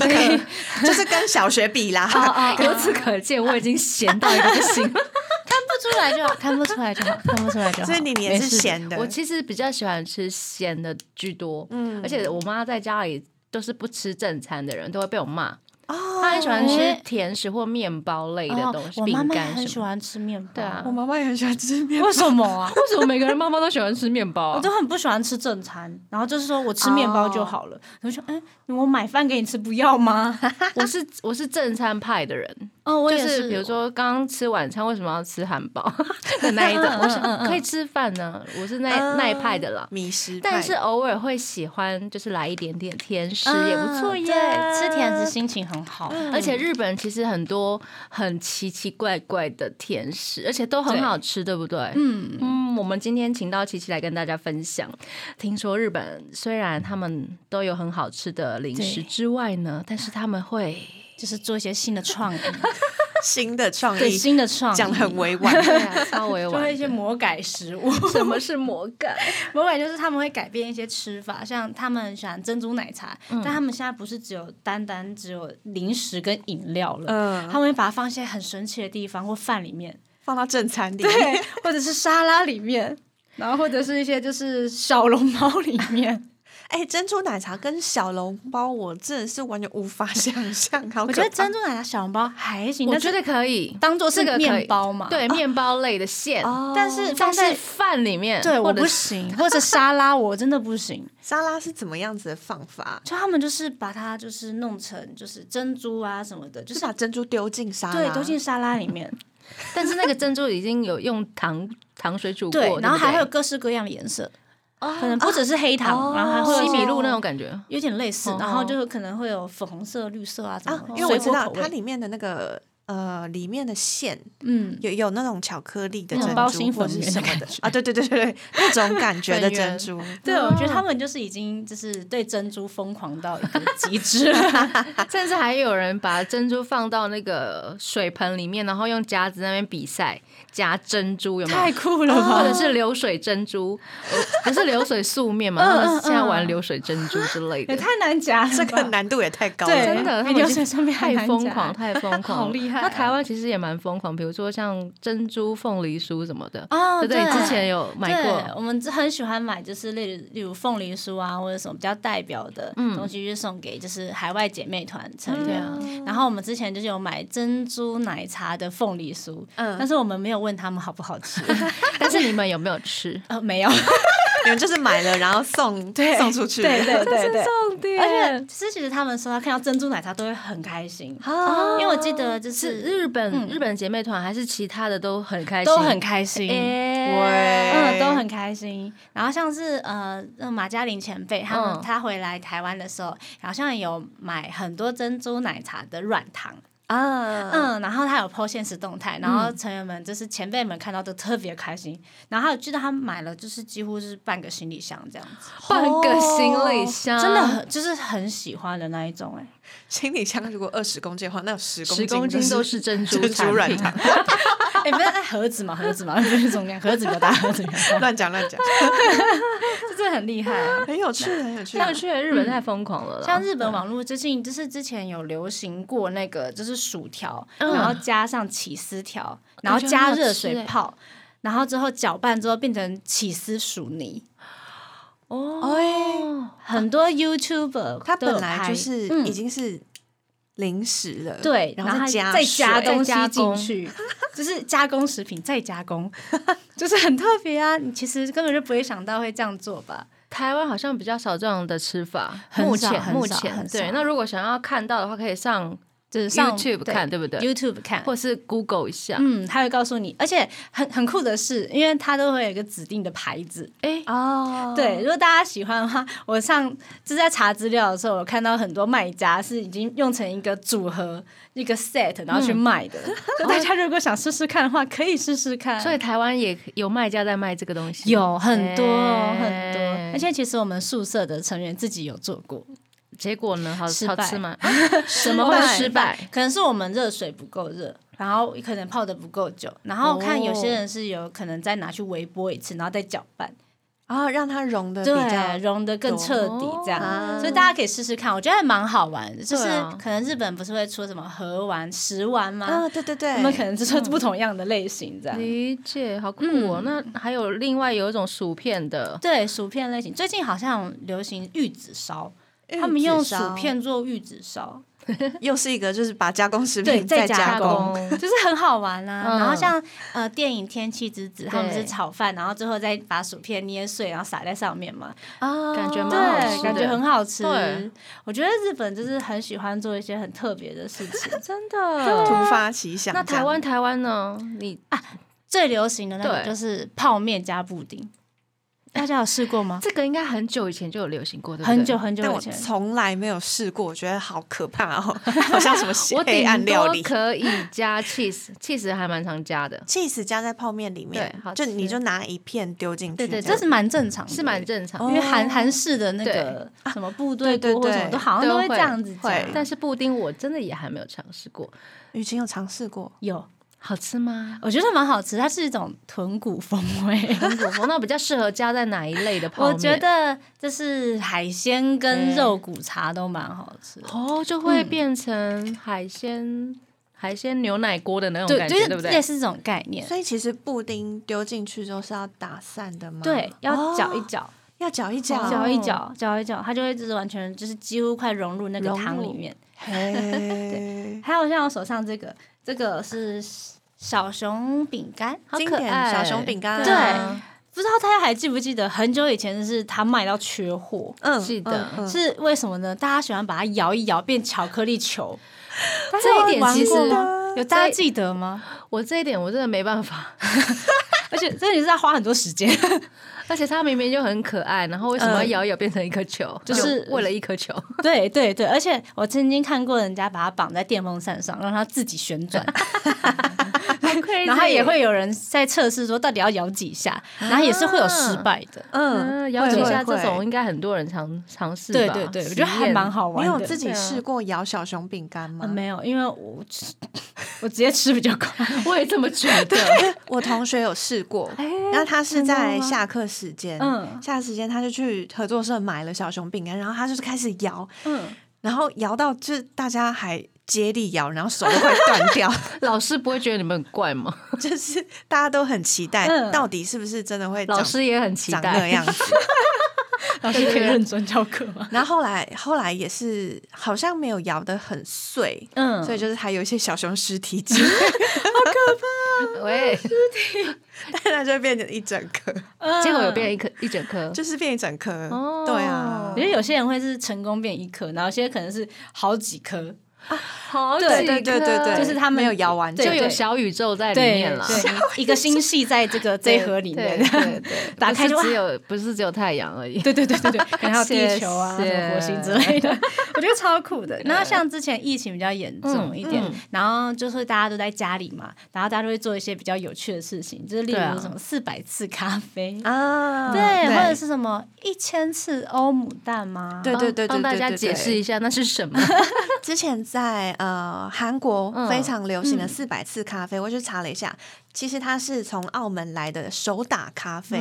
S4: 哎，就是跟小学比
S2: 哦
S4: 啦。
S2: 由此可见，我已经咸到一个不行。
S3: 看不出来就好，看不出来就 <laughs> 好，看不出来就好。
S4: 所以你也
S3: 没
S4: 是
S3: 事的，
S4: 咸的
S2: 我，其实比较喜欢吃咸的居多，
S4: 嗯
S2: 而且我妈在家里都是不吃正餐的人，都会被我骂。
S4: 哦
S2: 她很喜欢吃
S3: 哎
S2: 甜食或面包类的东西，
S3: 哦我
S2: 饼
S3: 妈妈也
S2: 干
S3: 很喜
S2: 什么。
S3: 欢吃面包，
S2: 对啊
S4: 我 <laughs> 妈妈也很喜欢吃面包
S3: 为，什么啊？ <laughs>
S2: 为什么每个人妈妈都喜欢吃面包
S3: 我
S2: 啊？
S3: 都很不喜欢吃正餐，然后就是说我吃面包就好了。我就说，嗯，我买饭给你吃不要吗？
S2: 我是我是正餐派的人，
S3: <laughs> 哦，我
S2: 就
S3: 也
S2: 是比如说刚刚吃晚餐，为什么要吃汉
S3: <laughs>
S2: 堡的那一
S3: 嗯
S2: 种？我想可以吃饭呢，我是那那一派的啦。
S4: 米食派。
S2: 但是偶尔会喜欢，就是来一点点甜食
S3: 嗯
S2: 也不错耶，
S3: 对吃甜食嗯心情很好。
S2: 而且日本其实很多很奇奇怪怪的甜食，而且都很好吃，对不对？嗯我们今天请到琪琪来跟大家分享。听说日本虽然他们都有很好吃的零食
S3: 对
S2: 之外呢，但是他们
S3: <laughs>
S2: 会
S3: 就是做一些新的
S2: <laughs>
S3: 创意，
S4: 新的创
S3: 对
S4: 意，
S3: 新的创意，
S4: 讲得很委
S3: <laughs>
S4: 婉。
S2: 对啊，稍微
S3: 就
S2: 玩
S3: 会一些魔改食物。
S2: <laughs> 什么是魔改？
S3: <laughs> 魔改就是他们会改变一些吃法，像他们喜欢珍珠奶茶，
S2: 嗯
S3: 但他们现在不是只有单单只有零食跟饮料了，
S4: 嗯
S3: 他，们会把它放一些很神奇的地方或饭里面，
S4: 放到正餐里。
S3: 对， <laughs> 或者是沙拉里面，然后或者是一些就是小笼包里
S2: <laughs>
S3: 面。
S4: 哎，珍珠奶茶跟小笼包，我真的是完全无法 <laughs> 想象。好可怕，
S3: 我觉得珍珠奶茶小笼包还行，
S2: 我
S3: 但
S2: 觉
S3: 是
S2: 得可以，
S3: 当做
S2: 这
S3: 是
S2: 个可以
S3: 面包嘛，
S2: 对面包类的馅，
S4: 哦，
S3: 但是
S2: 但
S3: 放
S2: 是
S3: 在。
S2: 饭里面，
S3: 对，我
S2: 或者
S3: 不行，或者沙拉我真的
S2: <laughs>
S3: 不行。
S4: 沙拉是怎么样子的放法？
S3: 就他们就是把它就是弄成就是珍珠啊什么的，就是
S4: 是把珍珠丢进沙拉，
S3: 对丢进沙拉里面，
S2: 但是那个珍珠已经有用糖糖水煮过，
S3: 对
S2: 对，
S3: 然后还会有
S2: 有
S3: 各式各样的颜色，可
S4: 哦，
S3: 能不只是黑糖，然后还会有
S2: 西米哦露那种感觉。
S3: 有点类似
S2: 哦，
S3: 然后就是可能会有粉红色、绿色嗯啊什
S4: 啊
S3: 么，的，
S4: 因为我
S3: 水
S4: 知
S3: 果
S4: 道
S3: 口
S4: 它
S3: 味，
S4: 里面的那个呃，里面的馅
S3: 嗯，
S4: 有有那种巧克力的
S3: 那
S4: 珍
S3: 种包
S4: 珠
S3: 心
S4: 或
S3: 粉
S4: 是
S3: 圆的
S4: 什么
S3: 感
S4: 的啊，对对对对对，那种感觉的
S2: 粉圆
S3: <laughs>
S4: 珍珠，
S3: 对，我觉得他们就是已经就是对珍珠疯狂到一个极致 <laughs> 了。
S2: 甚至还有人把珍珠放到那个水盆里面，然后用夹子在那边比赛夹珍珠，有没有？
S3: 酷了
S2: 或者是流水珍珠，呃不是流水素面
S3: <laughs>
S2: 嘛？他们现在玩流水珍珠之类
S3: 嗯
S2: 的，
S3: 也太难夹了吧，
S4: 这个难度也太高
S3: 嗯对
S4: 了。
S2: 真的，他们
S3: 比
S2: 已
S3: 流
S2: 经
S3: 水上面还
S2: 太
S3: 难
S2: 疯
S3: 夹
S2: 狂，太疯狂了，
S3: <laughs> 好厉害啊
S2: 那台湾其实也蛮疯狂，比如说像珍珠凤梨酥什么的，
S3: 哦，
S2: 对不对？你之前有买
S3: 对
S2: 过，
S3: 我们很喜欢买，就是例如例如凤梨酥啊，或者什么比较代表的
S2: 嗯
S3: 东西，就是送给就是海外姐妹团成员。然后我们之前就是有买珍珠奶茶的凤梨酥，
S4: 嗯
S3: 但是我们没有问他们好不好
S2: <laughs>
S3: 吃，
S2: 但是你们有没有
S3: <laughs>
S2: 吃？
S3: 呃，没有，
S4: 你们就是买了然后送送出
S3: <laughs>
S4: 去，
S3: 对对对
S4: <laughs>
S3: 对。
S2: 重点
S3: 而且，其实其实他们说他看到珍珠奶茶都会很开心，
S4: 啊，
S2: 哦
S3: 因为我记得就是是
S2: 日本、日本姐妹团还是其他的都很开心，
S3: 都很开心。
S2: 哎、耶！
S3: 嗯，都很开心。然后像是呃，那马嘉玲前辈他们、
S2: 嗯
S3: 他回来台湾的时候，好像有买很多珍珠奶茶的软糖，
S2: 啊，
S3: 嗯，然后他有 PO 现实动态，然后成员们就是前辈们看到都特别开心。然后还有记得他买了，就是几乎是半个行李箱这样子，
S2: 半个行李箱，
S3: 真的很就是很喜欢的那一种哎、 <laughs>
S4: 行李箱如果二十公斤的话，那有十
S2: 十公斤
S4: 都
S2: 都是珍
S4: <laughs>
S2: 珠
S4: 珍珠
S2: 产
S4: 软
S2: 品
S3: <laughs>
S4: 糖。
S3: 哎、不要那盒子嘛，盒子嘛， <laughs> 就是重量，盒子比较大，盒子比较大，
S4: 乱讲乱讲，
S3: <laughs> 这真的很厉害、啊
S4: 很有趣，很有趣。
S2: 那去日本太疯狂了啦，
S3: 像日本网络最近就是之前有流行过那个，就是薯条，然后加上起司条，然后加热水泡，然后之后搅拌之后变成起司薯泥。
S4: 哦，
S3: 很多 YouTuber
S4: 它
S3: 都有
S4: 本来
S3: 拍
S4: 就是
S3: 嗯
S4: 已经是零食了，
S3: 对，
S4: 然
S3: 然后它
S4: 后加
S3: 再加
S4: 水
S3: 东
S2: 再加
S3: 西
S2: 工
S3: 进去，就是加工食品再加工， <laughs> 就是很特别啊！你其实根本就不会想到会这样做吧？
S2: 台湾好像比较少这样的吃法，
S3: 很
S2: 目
S3: 少
S2: 前
S3: 很
S2: 目
S3: 少
S2: 前
S3: 很
S2: 对。
S3: 少
S2: 那如果想要看到的话，可以上
S3: 就是上
S2: YouTube 看，对不对？
S3: YouTube 看，
S2: 或是 Google 一下。
S3: 嗯，他会告诉你，而且很很酷的是，因为它都会有一个指定的牌子。
S2: 哎，
S4: 哦，
S3: 对，如果大家喜欢的话，我上就是在查资料的时候，我看到很多卖家是已经用成一个组合、一个 set，然后
S2: 嗯
S3: 去卖
S2: <laughs>
S3: 的。就大家如果想试试看的话，可以试试看。
S2: 所以台湾也有卖家在卖这个东西，
S3: 有很多、哦
S2: 哎
S3: 很多，而且其实我们宿舍的成员自己有做过，
S2: 结果呢，好
S3: 失
S2: 好
S3: 败
S2: 吃吗？啊怎么
S3: 会
S2: 会失败？？
S3: 可能是我们热水不够热，然后可能泡的不够久，然后看有
S2: 哦
S3: 些人是有可能再拿去微波一次，然后再搅拌，
S4: 啊，让它融的比
S3: 对，
S4: 较
S3: 融的更彻底这样。
S4: 哦
S3: 所以大家可以试试看，我觉得还蛮好玩的。就是
S2: 对啊
S3: 可能日本不是会出什么盒丸、食丸吗
S4: 啊，？对对对，
S3: 他们可能就是不同样的类型这样。
S2: 理解，好酷
S3: 嗯
S2: 哦。那还有另外有一种薯片的，
S3: 对薯片类型，最近好像流行玉子烧，
S4: 玉
S3: 他们用
S4: 子
S3: 薯
S4: 烧
S3: 片做玉子烧，
S4: 又是一个就是把加工食
S3: 对，
S4: 品再
S3: 再
S4: 加
S3: 加
S4: 工，
S3: 工， <laughs> 就是很好玩啦、
S2: 嗯
S3: 然后像呃电影《天气之子》，他们
S2: 对
S3: 是炒饭，然后最后再把薯片捏碎，然后撒在上面嘛，
S4: 啊
S2: 感觉蛮好吃
S3: 对，
S2: 的
S3: 感觉很好吃
S2: 对。。
S3: 我觉得日本就是很喜欢做一些很特别的事情
S2: 真的。
S4: 突发奇想这
S2: 那
S4: 样。
S2: 台湾台湾呢？你
S3: 最流行的那个
S2: 对
S3: 就是泡面加布 <laughs> 丁，大家有试过吗？
S2: 这个应该很久以前就有流行过，对不对 <laughs>
S3: 很久很
S4: 但
S3: 久
S4: 我
S3: 以前，
S4: 从来没有试过，我觉得好可
S2: <laughs>
S4: 怕哦，好像什么
S2: 我
S4: 黑暗
S2: 顶
S4: 料
S2: 多
S4: 理。
S2: 可以加 <laughs> cheese，cheese 还蛮常加的，
S4: cheese 加在泡面里面
S2: 对好，
S4: 就
S2: 吃
S4: 你就拿一片丢进去，
S2: 对对
S4: 这
S3: 这
S4: 样
S3: 是蛮正常的，
S2: 是蛮正常的
S4: 哦
S3: 因为韩韩式的那个啊什么部队
S4: 对对
S3: 锅或什么，
S4: 对
S3: 都好像都会
S2: 都会
S3: 这样子讲
S4: 会。
S2: 但是布丁我真的也还没有尝试过，
S4: 雨晴有尝试过，
S3: 有，
S2: 好吃吗？
S3: 我觉得蛮好吃，它是一种豚骨风 <laughs> 味。
S2: 我我那比较适合加在哪一类的泡
S3: 我
S2: 面？
S3: 觉得就是海鲜跟肉骨茶都蛮好吃的。
S2: 哦，就会变成海鲜海鲜牛奶锅的那种
S3: 对，
S2: 感
S3: 就
S2: 觉，
S3: 是
S2: 对不
S3: 类
S2: 对？
S3: 似这种概念，
S4: 所以其实布丁丢进去之后是要打散的吗？
S3: 对，要
S4: 哦
S3: 搅一搅，
S4: 要搅一搅，
S3: 搅一搅，搅一搅，它就会就是完全就是几乎快融入那个
S4: 融
S3: 汤
S4: 入
S3: 里面。
S4: 嘿，
S3: 还有像我手上这个，这个是小熊饼干，
S2: 好
S4: 经
S2: 可爱，
S4: 典小熊饼干，
S3: 对
S2: 啊
S3: 不知道大家还记不记得，很久以前就是它卖到缺货。
S4: 嗯
S2: 记得
S4: 嗯嗯
S3: 是为什么呢？大家喜欢把它摇一摇变巧克力球，
S2: 这一点其实
S3: 玩过啊吗有大家记得吗？
S2: 我这一点我真的没办法， <laughs>
S3: 而且这也是要花很多时间， <laughs>
S2: 而且它明明就很可爱，然后为什么要
S4: 嗯
S2: 摇一摇变成一颗球？
S3: 呃就是
S2: 为了一颗球，
S3: 对对对，而且我曾经看过人家把它绑在电风扇上，让它自己旋
S2: <laughs>
S3: 转，然后也会有人在测试说到底要摇几下，然后也是会有失败的。
S2: 嗯，
S4: 嗯，
S2: 摇几下
S4: 会
S2: 这。种
S4: 会
S2: 应该很多人尝尝试吧，
S3: 对对对，我觉得还蛮好
S4: 会你
S3: 玩的。
S4: 有自己
S2: 对啊
S4: 试过摇小熊饼干
S3: 啊？
S4: 吗
S3: 没有，因为我 <laughs> 我直接吃比较
S2: <laughs>
S3: 快。
S2: 实验，我也这么觉得。
S4: <laughs> 我同学有试过，
S2: 哎
S4: 然后他是在下课时间，
S3: 嗯
S4: 下课时间他就去合作社买了小熊饼干，然后他就是开始摇，
S3: 嗯，
S4: 然后摇到就是大家还接力摇，然后手都快断
S2: <laughs>
S4: 掉，
S2: 老师不会觉得你们很怪吗？
S4: 就是大家都很期待，
S3: 嗯
S4: 到底是不是真的会长
S2: 老师也很期
S4: 长那
S2: 待，
S4: 样
S2: <laughs>
S4: 子。
S3: 老师可以认真教课吗？
S4: 然后后来后来也是好像没有摇得很碎。
S3: 嗯，
S4: 所以就是还有一些小熊尸体之类的， <laughs>
S2: 喂，
S4: 但它就会变成一整颗，
S3: 嗯
S2: 结果有变一颗一整颗，
S4: 就是变一整颗。
S2: 哦
S4: 对啊
S3: 我，觉得有些人会是成功变一颗，然后有些可能是好几颗，
S2: 好
S3: 对
S2: 几
S4: 对对对
S2: 颗
S4: 对，
S3: 就是他们
S4: 没有摇完
S3: 对
S2: 就
S4: 整
S2: 有小宇宙在里
S3: 对
S2: 面了。
S3: 对，一个星系在这个这一盒里
S2: 对
S3: 面， <laughs>
S2: 对对，
S3: 打开就
S2: 不
S3: 哇
S2: 是只有不是只有太阳而已。
S3: 对对对对对，可能还有地球啊、
S2: 谢谢
S3: 什么火星之
S2: <laughs>
S3: 类的，我觉得超酷的。然后像之前疫情比较严重一点，
S2: 嗯嗯
S3: 然后就是大家都在家里嘛，然后大家都会做一些比较有趣的事情，就是例
S2: 对啊
S3: 如什么四百次咖
S2: <laughs>
S3: 啡。嗯
S4: 啊，
S3: 对，或者是什么一千次欧姆蛋吗？
S4: 对对对对对对
S2: 帮大家解释一下那是什么。
S4: 之前在呃韩国非常流行的四百次咖啡，我去查了一下，其实它是从澳门来的手打咖啡，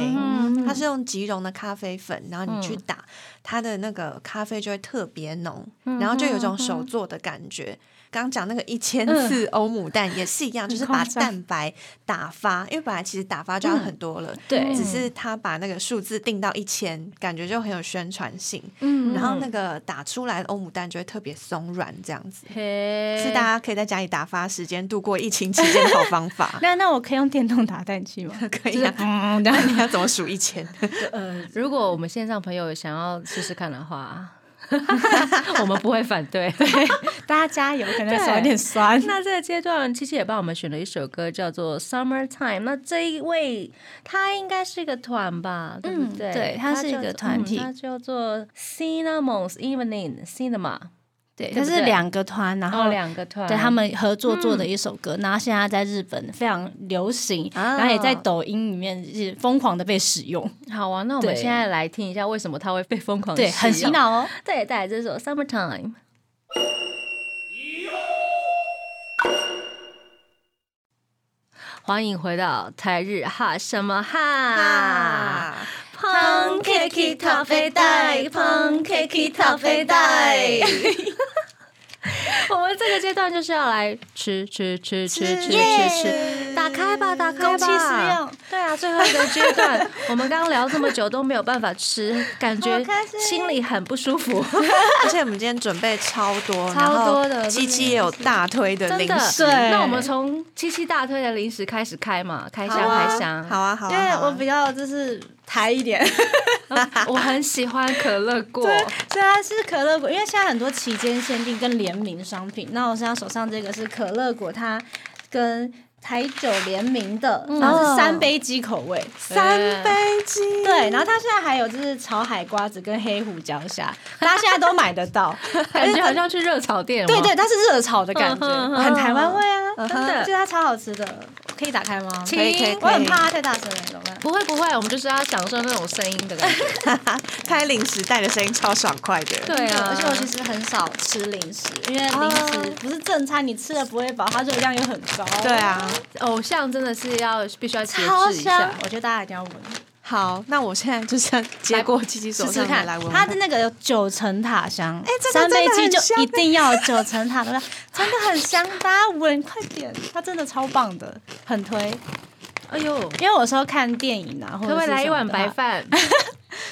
S4: 它是用即溶的咖啡粉，然后你去打，它的那个咖啡就会特别浓，然后就有一种手做的感觉。刚讲那个一千次欧姆蛋也是一样，就是把
S3: 夸张
S4: 蛋白打发，因为本来其实打发就要很多了，
S3: 对。
S4: 只是他把那个数字定到一千，感觉就很有宣传性。
S2: 嗯
S4: 然后那个打出来的欧姆蛋就会特别松软，这样子。
S2: 嘿
S4: 是大家可以在家里打发时间、度过疫情期间的好方法
S3: <laughs> 那那我可以用电动打蛋器 <laughs> 吗？就
S4: 可以
S3: 是
S4: 啊，
S3: 嗯，然后 <laughs>
S4: 你要怎么数一千？
S3: 呃，
S2: 如果我们线上朋友想要试试看的话，我们不会反
S3: <laughs>
S2: 对。
S3: 大家加油，可能手
S2: 对
S3: 有点酸。
S2: 那这个阶段，七七也帮我们选了一首歌，叫做《Summer Time》。那这一位他应该是一个团吧，对不对？
S3: 嗯对他是一
S2: 叫
S3: 个
S2: 做
S3: 团体
S2: 嗯他叫做 Cinnamons Evening Cinema，
S3: 对，
S2: 对
S3: 它
S2: 不
S3: 是
S2: 对
S3: 两个团，嗯然
S2: 然后
S3: 后
S2: 两个团，
S3: 对他们合作做的一首歌，然后现在在日本非常流行，
S4: 啊
S3: 然后也在抖音里面是疯狂的被使用，
S2: 好啊。那我们
S3: 对
S2: 现在来听一下，为什么他会被疯狂
S3: 对，
S2: 使
S3: 很洗
S2: 用。
S3: 脑哦。
S2: 对，带来这首《Summertime》。欢迎回到台日哈什么哈？
S4: 啊，
S2: 胖 cake 咖啡袋，胖 cake 咖啡袋。
S3: <laughs>
S2: 我们这个阶段就是要来吃吃吃吃吃吃吃，打开吧，打开吧，
S3: 公器私用。
S2: 对啊，最后一个阶段，我们刚刚聊这么久都没有办法吃，感觉心里很不舒服。
S4: <laughs> 而且我们今天准备超多，
S2: 超多的
S4: 然后七七也有大推的
S2: 真
S4: 零
S2: 的，
S4: 食，
S3: 对
S2: 那我们从七七大推的零食开始开嘛，开箱
S4: 好啊
S2: 开箱。
S4: 好啊好啊，
S3: 因为
S4: 好啊
S3: 我比较就是台一点，
S2: 我很喜欢可乐 <laughs> 果，
S3: 所以它是可乐果，因为现在很多期间限定跟联名商品。那我现在手上这个是可乐果，它跟台酒联名的，然后是三杯鸡口味，
S4: 嗯哦三杯鸡，
S3: 对，然后它现在还有就是炒海瓜子跟黑胡椒虾，大家现在都买得
S4: <laughs>
S3: 到，
S2: 感觉好像去热炒店。
S3: 对对，，它是热炒的感觉，
S2: 嗯哼
S3: 很台湾味啊，
S4: 嗯
S3: 真
S4: 哼
S3: 的，就它超好吃的，可以打开吗？
S2: 请
S4: 可以可以
S3: 我
S4: 可
S3: 很
S4: 以，
S3: 怕它太大声了，怎么办？
S2: 不会不会，我们就是要享受那种声音的感 <laughs> 觉。
S4: 开零食袋的声音超爽快的，
S2: 对啊，
S3: 而且我其实很少吃零食，因为零食不是正餐，你吃了不会饱，它热量又很高。
S4: 对，啊，
S2: 偶像真的是要必须要节
S3: 超
S2: 制一
S3: 香
S2: 下。，
S3: 我觉得大家一定要闻，
S4: 好，那我现在就像接过七七手
S3: 试试
S4: 上的
S3: 看
S4: 来闻闻，
S3: 它的那个有九层塔香，哎
S4: 这个
S3: 三杯
S4: 真的
S3: 鸡
S4: 很
S3: 就
S4: 香
S3: 一定要有九层塔的味道，真的很香，大家闻快点，它真的超棒的，很推。
S2: 哎呦，
S3: 因为我有时候看电影啊，或
S2: 可不
S3: 者
S2: 可以
S3: 是
S2: 来一
S3: 什么
S2: 碗
S3: 的
S2: 白
S3: 话，
S2: 饭？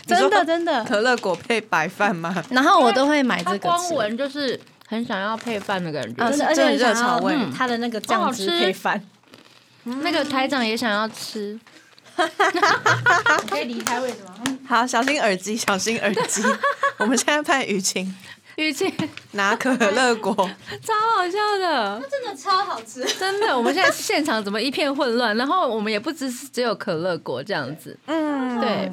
S4: 你说
S3: 真的真的。
S4: 可乐果配白饭吗？
S3: 然后我都会买
S2: <laughs>
S3: 这
S2: 它
S3: 个
S2: 光
S3: 吃，
S2: 闻就是很想要配饭的感觉
S4: 啊。
S3: 真的，
S4: 是
S3: 而且
S4: 真的
S3: 很想
S4: 热潮
S3: 要
S4: 味
S3: 嗯它的那个
S2: 好
S3: 酱
S2: 好
S3: 汁
S2: 吃
S3: 配饭。
S2: 那个台长也想要吃，
S3: 可以离开为什么？
S4: 好，小心耳机，小心耳
S3: <laughs>
S4: 机。我们现在派雨晴
S2: 雨 <laughs> 晴
S4: 拿可乐
S3: <laughs>
S4: 果，
S2: 超好笑的。
S3: 真的超好吃，
S2: 真的，我们现在现场怎么一片混乱？然后我们也不只是只有可乐果这样子，
S4: 嗯，
S2: 对，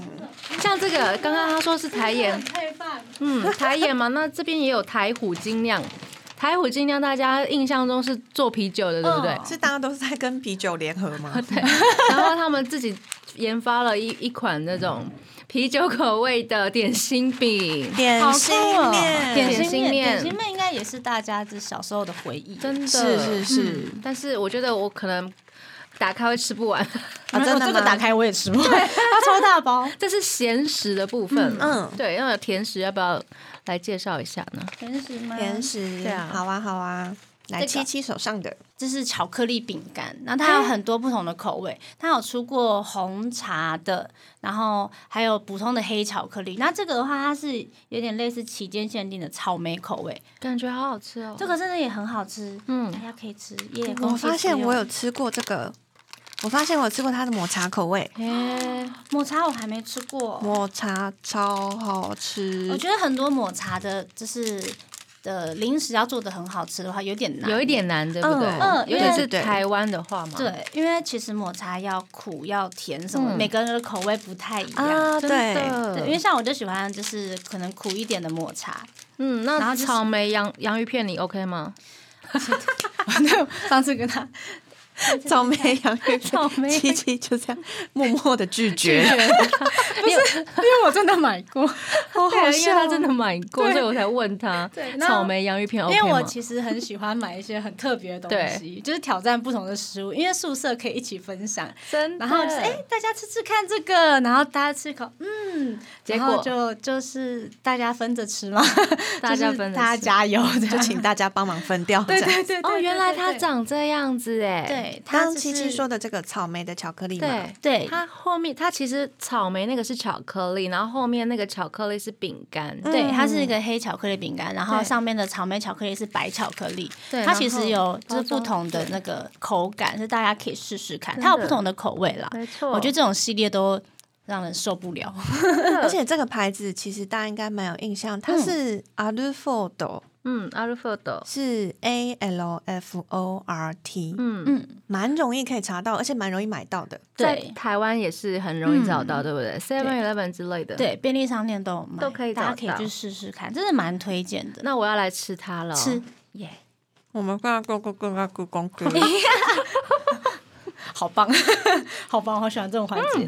S2: 像这个刚刚他说是台盐，
S3: 配饭。
S4: <laughs>
S2: 嗯，台盐嘛，那这边也有台虎精酿，台虎精酿大家印象中是做啤酒的，对不对？
S4: 是大家都是在跟啤酒联合
S3: 哦
S4: 吗？
S2: 对，然后他们自己研发了一一款那种啤酒口味的点心饼，
S4: 点心面，
S2: 点
S3: 哦点
S2: 心
S3: 心面，
S2: 面
S3: 点心面应该也是大家这小时候的回
S4: 啊
S3: 忆。
S2: 真的
S4: 是是是
S3: 嗯
S2: 但是我觉得我可能打开会吃不完， <laughs>
S4: 啊，真
S3: 我哦这
S4: 的吗
S3: 个打，开我也吃不 <laughs> 完，它超大包。
S2: 这是咸食的部分，
S4: 嗯
S2: 嗯，对，那甜食要不要来介绍一下呢？
S3: 甜食吗？
S4: 甜食，
S2: 对啊
S4: 好啊好啊，来
S3: 这个
S4: 七七手上的，
S3: 这是巧克力饼干，那它有很多不同的口味，它有出过红茶的，然后还有普通的黑巧克力。那这个的话，它是有点类似期间限定的草莓口味，
S2: 感觉好好吃哦，
S3: 这个真的也很好吃，
S2: 嗯
S3: 大家可以吃。耶！
S4: 我
S3: 恭喜哦
S4: 发现
S3: 所
S4: 我有吃过这个，我发现我有吃过它的抹茶口味，
S2: 诶，
S3: 抹茶，我还没吃过。
S4: 抹茶超好吃
S3: 我，觉得很多抹茶的，就是的零食要做的很好吃的话，有点难，
S2: 有一点难，对不对？
S3: 嗯
S2: 因为
S3: 对
S2: 是
S4: 对对
S2: 台湾的话嘛，
S3: 对，因为其实抹茶要苦要甜什么，
S2: 嗯
S3: 每个人的口味不太一样。
S4: 啊，
S2: 真
S4: 对，
S2: 的，
S3: 对，因为像我就喜欢就是可能苦一点的抹茶，
S2: 嗯，
S3: 然
S2: 那
S3: 后就是
S2: 草莓洋洋芋片你 OK 吗？
S3: 上次跟他 <laughs>
S4: <laughs> 草莓洋芋片，
S2: 草莓
S4: 七七就这样默默的拒 <laughs>
S2: <laughs>
S4: 绝，
S3: 因为我真的买过，
S4: 好
S2: 对啊，因
S4: 好
S2: 为
S4: 笑
S2: 他
S4: 哦。
S2: 真的买过，所以我才问他
S3: 对那
S2: 草莓洋芋片
S3: 因
S2: OK
S3: 为我
S2: 吗？
S3: 其实很喜欢买一些很特别的东西，就是挑战不同的食物，因为宿舍可以一起分享。
S2: 真的，
S3: 然后就是哎、大家吃吃看这个，然后大家吃一口，嗯，
S2: 结
S3: 然后
S2: 果
S3: 就就是大家分着吃嘛，
S2: 大家分
S3: 就是
S2: 着
S3: <laughs> 大家
S2: 吃
S3: 加油，就
S4: <laughs> 就请大家帮忙分掉。
S3: 对
S4: 这样
S3: 对对
S2: 哦，原来它
S3: 这样。
S2: 长这样子哎，
S3: 对，它
S4: 刚
S3: 只
S4: 七七
S3: 是
S4: 说的这个草莓的巧克力嘛，
S2: 对。
S3: 对，
S2: 它后面，它其实草莓那个是巧克力，然后后面那个巧克力是饼干，
S3: 对，它
S4: 嗯
S3: 是一个黑巧克力饼干，然后
S2: 对
S3: 上面的草莓巧克力是白巧克力，
S2: 对
S3: 它其
S2: 然
S3: 实
S2: 后
S3: 有
S2: 包
S3: 就是不
S2: 装
S3: 同的那个口感，是大家可以试试看，
S2: 真
S3: 它有
S2: 的
S3: 不同的口味啦。
S2: 没错。
S3: 我觉得这种系列都让人受不了。
S4: 而且这个牌子其实大家应该蛮有印象，它是 Alfordo，
S2: 嗯，阿鲁佛豆，
S4: 是 A L F O R T，
S2: 嗯，
S3: 嗯，
S4: 蛮容易可以查到，而且蛮容易买到的。
S2: 在
S3: 对
S2: 台湾也是很容易找到，
S3: 嗯
S2: 对不对？Seven Eleven 之类的。，
S3: 对，便利商店都有卖，
S2: 都可以
S3: 大家
S2: 找
S3: 可以
S2: 到
S3: 去试试看，真的蛮推荐的。
S2: 那我要来吃它了。
S3: 吃
S2: 耶！
S4: 我们刚刚咕咕咕咕咕咕咕，
S3: 好棒，好棒，我好喜欢这种环节。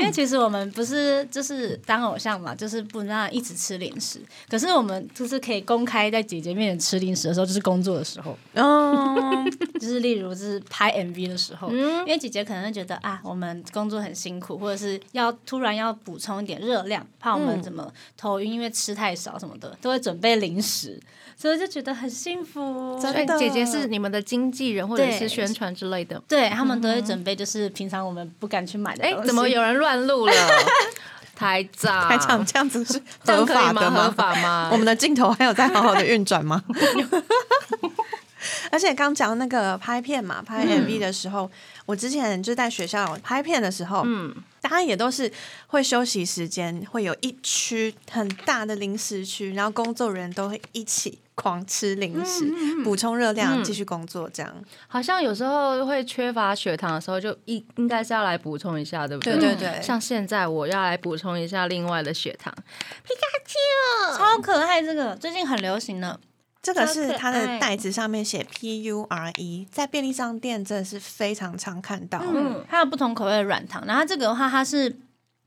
S3: 因为其实我们不是就是当偶像嘛，就是不能让一直吃零食。可是我们就是可以公开在姐姐面前吃零食的时候，就是工作的时候，
S4: <laughs> 嗯，
S3: 就是例如是拍 MV 的时候。
S2: 嗯
S3: 因，为姐姐可能会觉得啊，我们工作很辛苦，或者是要突然要补充一点热量，怕我
S2: 嗯
S3: 们怎么头晕，因为吃太少什么的，都会准备零食，所以就觉得很幸福。
S4: 真
S2: 所以
S4: 的哦
S2: 姐姐是你们的经纪人或者
S3: 对
S2: 是宣传之类
S4: <laughs>
S2: 的。
S3: 对他们都会准备，就是平常我们不敢去买的
S2: 嗯哎
S3: 东，西。
S2: 怎么有人乱录
S4: <laughs>
S2: 了？台长，
S4: 台长 <laughs> 这样子是
S2: 这样
S4: 合
S2: 可以
S4: 法
S2: 吗
S4: 的
S2: 合法吗？
S4: <laughs> 我们的镜头还有在好好的运转吗？ <laughs> 而且刚讲那个拍片嘛，拍 MV 的时候，我之前就在学校拍片的时候，嗯，大家也都是会休息时间会有一区很大的零食区，然后工作人员都会一起狂吃零食，补充热量，
S2: 嗯
S4: 继续工作这样。
S2: 好像有时候会缺乏血糖的时候，就应应该是要来补充一下，对不对？
S4: 对对对
S2: 像现在我要来补充一下另外的血糖，
S3: 超可爱？这个最近很流行呢。
S4: 这个是
S2: 超可
S4: 它
S2: 爱
S4: 的袋子上面写 P U R E，在便利商店真的是非常常看到。
S3: 嗯，它有不同口味的软糖，然后这个的话，它是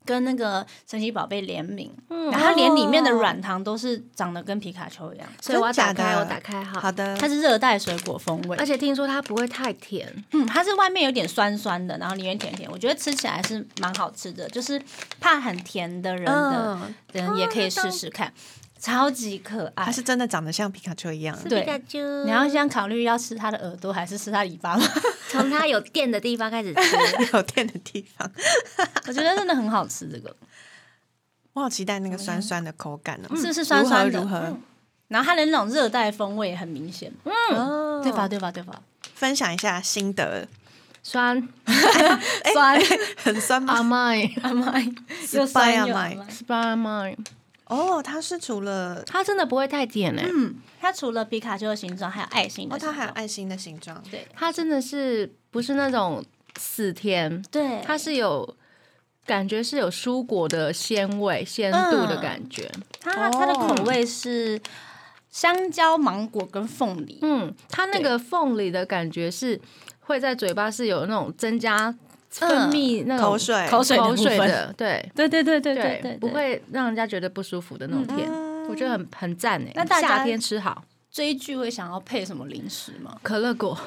S3: 跟那个神奇宝贝联名，
S2: 嗯
S3: 然后它连里
S2: 哦
S3: 面的软糖都是长得跟皮卡丘一样，
S2: 所以我要打
S4: 真假
S2: 开，
S4: 的
S2: 我打开哈。
S4: 好的，
S3: 它是热带水果风味
S2: 而，且听说它不会太甜，
S3: 嗯，它是外面有点酸酸的，然后里面甜甜，我觉得吃起来是蛮好吃的，就是怕很甜的人的
S4: 嗯，
S3: 人也可以试试看，超级可
S4: 它
S3: 爱
S4: 是。真的长得像皮卡丘一样。
S3: 对
S2: 皮卡丘
S3: 你要先考虑要吃它的耳朵还是吃它尾巴吗？
S2: <laughs>
S3: <laughs>
S2: 从它有电的地方开
S4: <laughs>
S2: 始吃。
S4: 有电的地方。
S3: 我觉得真的很好吃，这个
S4: 我好期待那个酸酸的口感哦，
S3: 嗯是不是酸酸的？
S4: 如何如
S3: 嗯然后它的那种热带风味也很明显，嗯
S4: 何？哦
S3: 对吧？？对吧？对吧？
S4: 分享一下心得，
S2: 酸
S4: 哎 <laughs>
S3: 酸
S4: 很酸
S2: 阿
S3: 啊
S4: 吗？
S2: 麦，
S4: <laughs>
S3: 阿麦，
S4: 失
S3: 又
S4: 败
S3: 酸
S4: 啊
S3: 又阿
S4: 麦
S3: 麦。
S2: 酸阿麦，
S4: 哦，它是除了
S2: 它真的不会太甜哎、
S3: 嗯，它除了皮卡丘的形状，还有爱心的
S4: 哦，
S3: 形状。
S4: 它还有爱心的形状，
S3: 对
S2: 它真的是不是那种死甜，
S3: 对，
S2: 它是有感觉是有蔬果的鲜味、鲜度
S3: 嗯
S2: 的感觉。
S3: 它它的
S4: 哦
S3: 口味是香蕉、芒果跟凤梨。
S2: 嗯，它那个凤梨的感觉是会在嘴巴是有那种增加分泌那种
S4: 口水，
S3: 嗯口水的
S2: 口水
S3: 部分
S2: 的，对
S3: 对对对对
S2: 对
S3: 对，
S2: 不。会让人家觉得不舒服的那种甜，我觉得很很赞诶。
S3: 嗯那大家
S2: 夏天吃好
S3: 追剧会想要配什么零食吗？
S2: 可乐果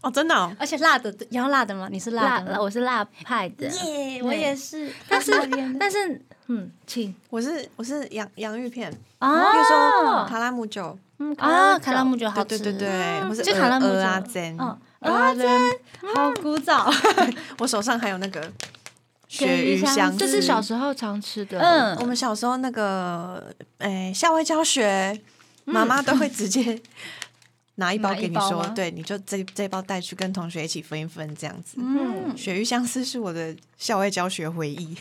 S4: 哦，真的哦，
S3: 而且辣的，你要辣的吗？你是
S2: 辣，
S3: 的吗？嗯
S2: 我是辣派的，
S3: 耶，
S2: 我
S3: 我也
S2: 也
S3: 是。
S2: 但是但是嗯，请
S4: 我是我是洋洋芋片，比如说
S3: 啊
S4: 卡拉姆酒，
S2: 嗯
S3: 啊，
S2: 可
S3: 卡
S2: 乐
S3: 拉
S2: 酒
S3: 木酒好
S4: 对
S3: 吃，啊
S4: 对对对，或是
S3: 就卡拉姆酒
S4: 阿珍，
S3: 嗯，
S4: 阿珍，
S3: 好古早。
S4: 我手上还有那个鳕
S3: 鱼
S4: 鱼
S3: 香
S4: 香，
S2: 这是小时候常吃的，
S3: 嗯
S4: 我们小时候那个，哎、校外教学，妈妈都会直接拿一包
S3: 嗯 <laughs> 拿一
S4: 给你
S3: 包
S4: 说
S3: 吗，
S4: 对，你就这这包带去跟同学一起分一分这样子。
S3: 嗯，
S4: 鳕鱼香丝是我的校外教学回忆，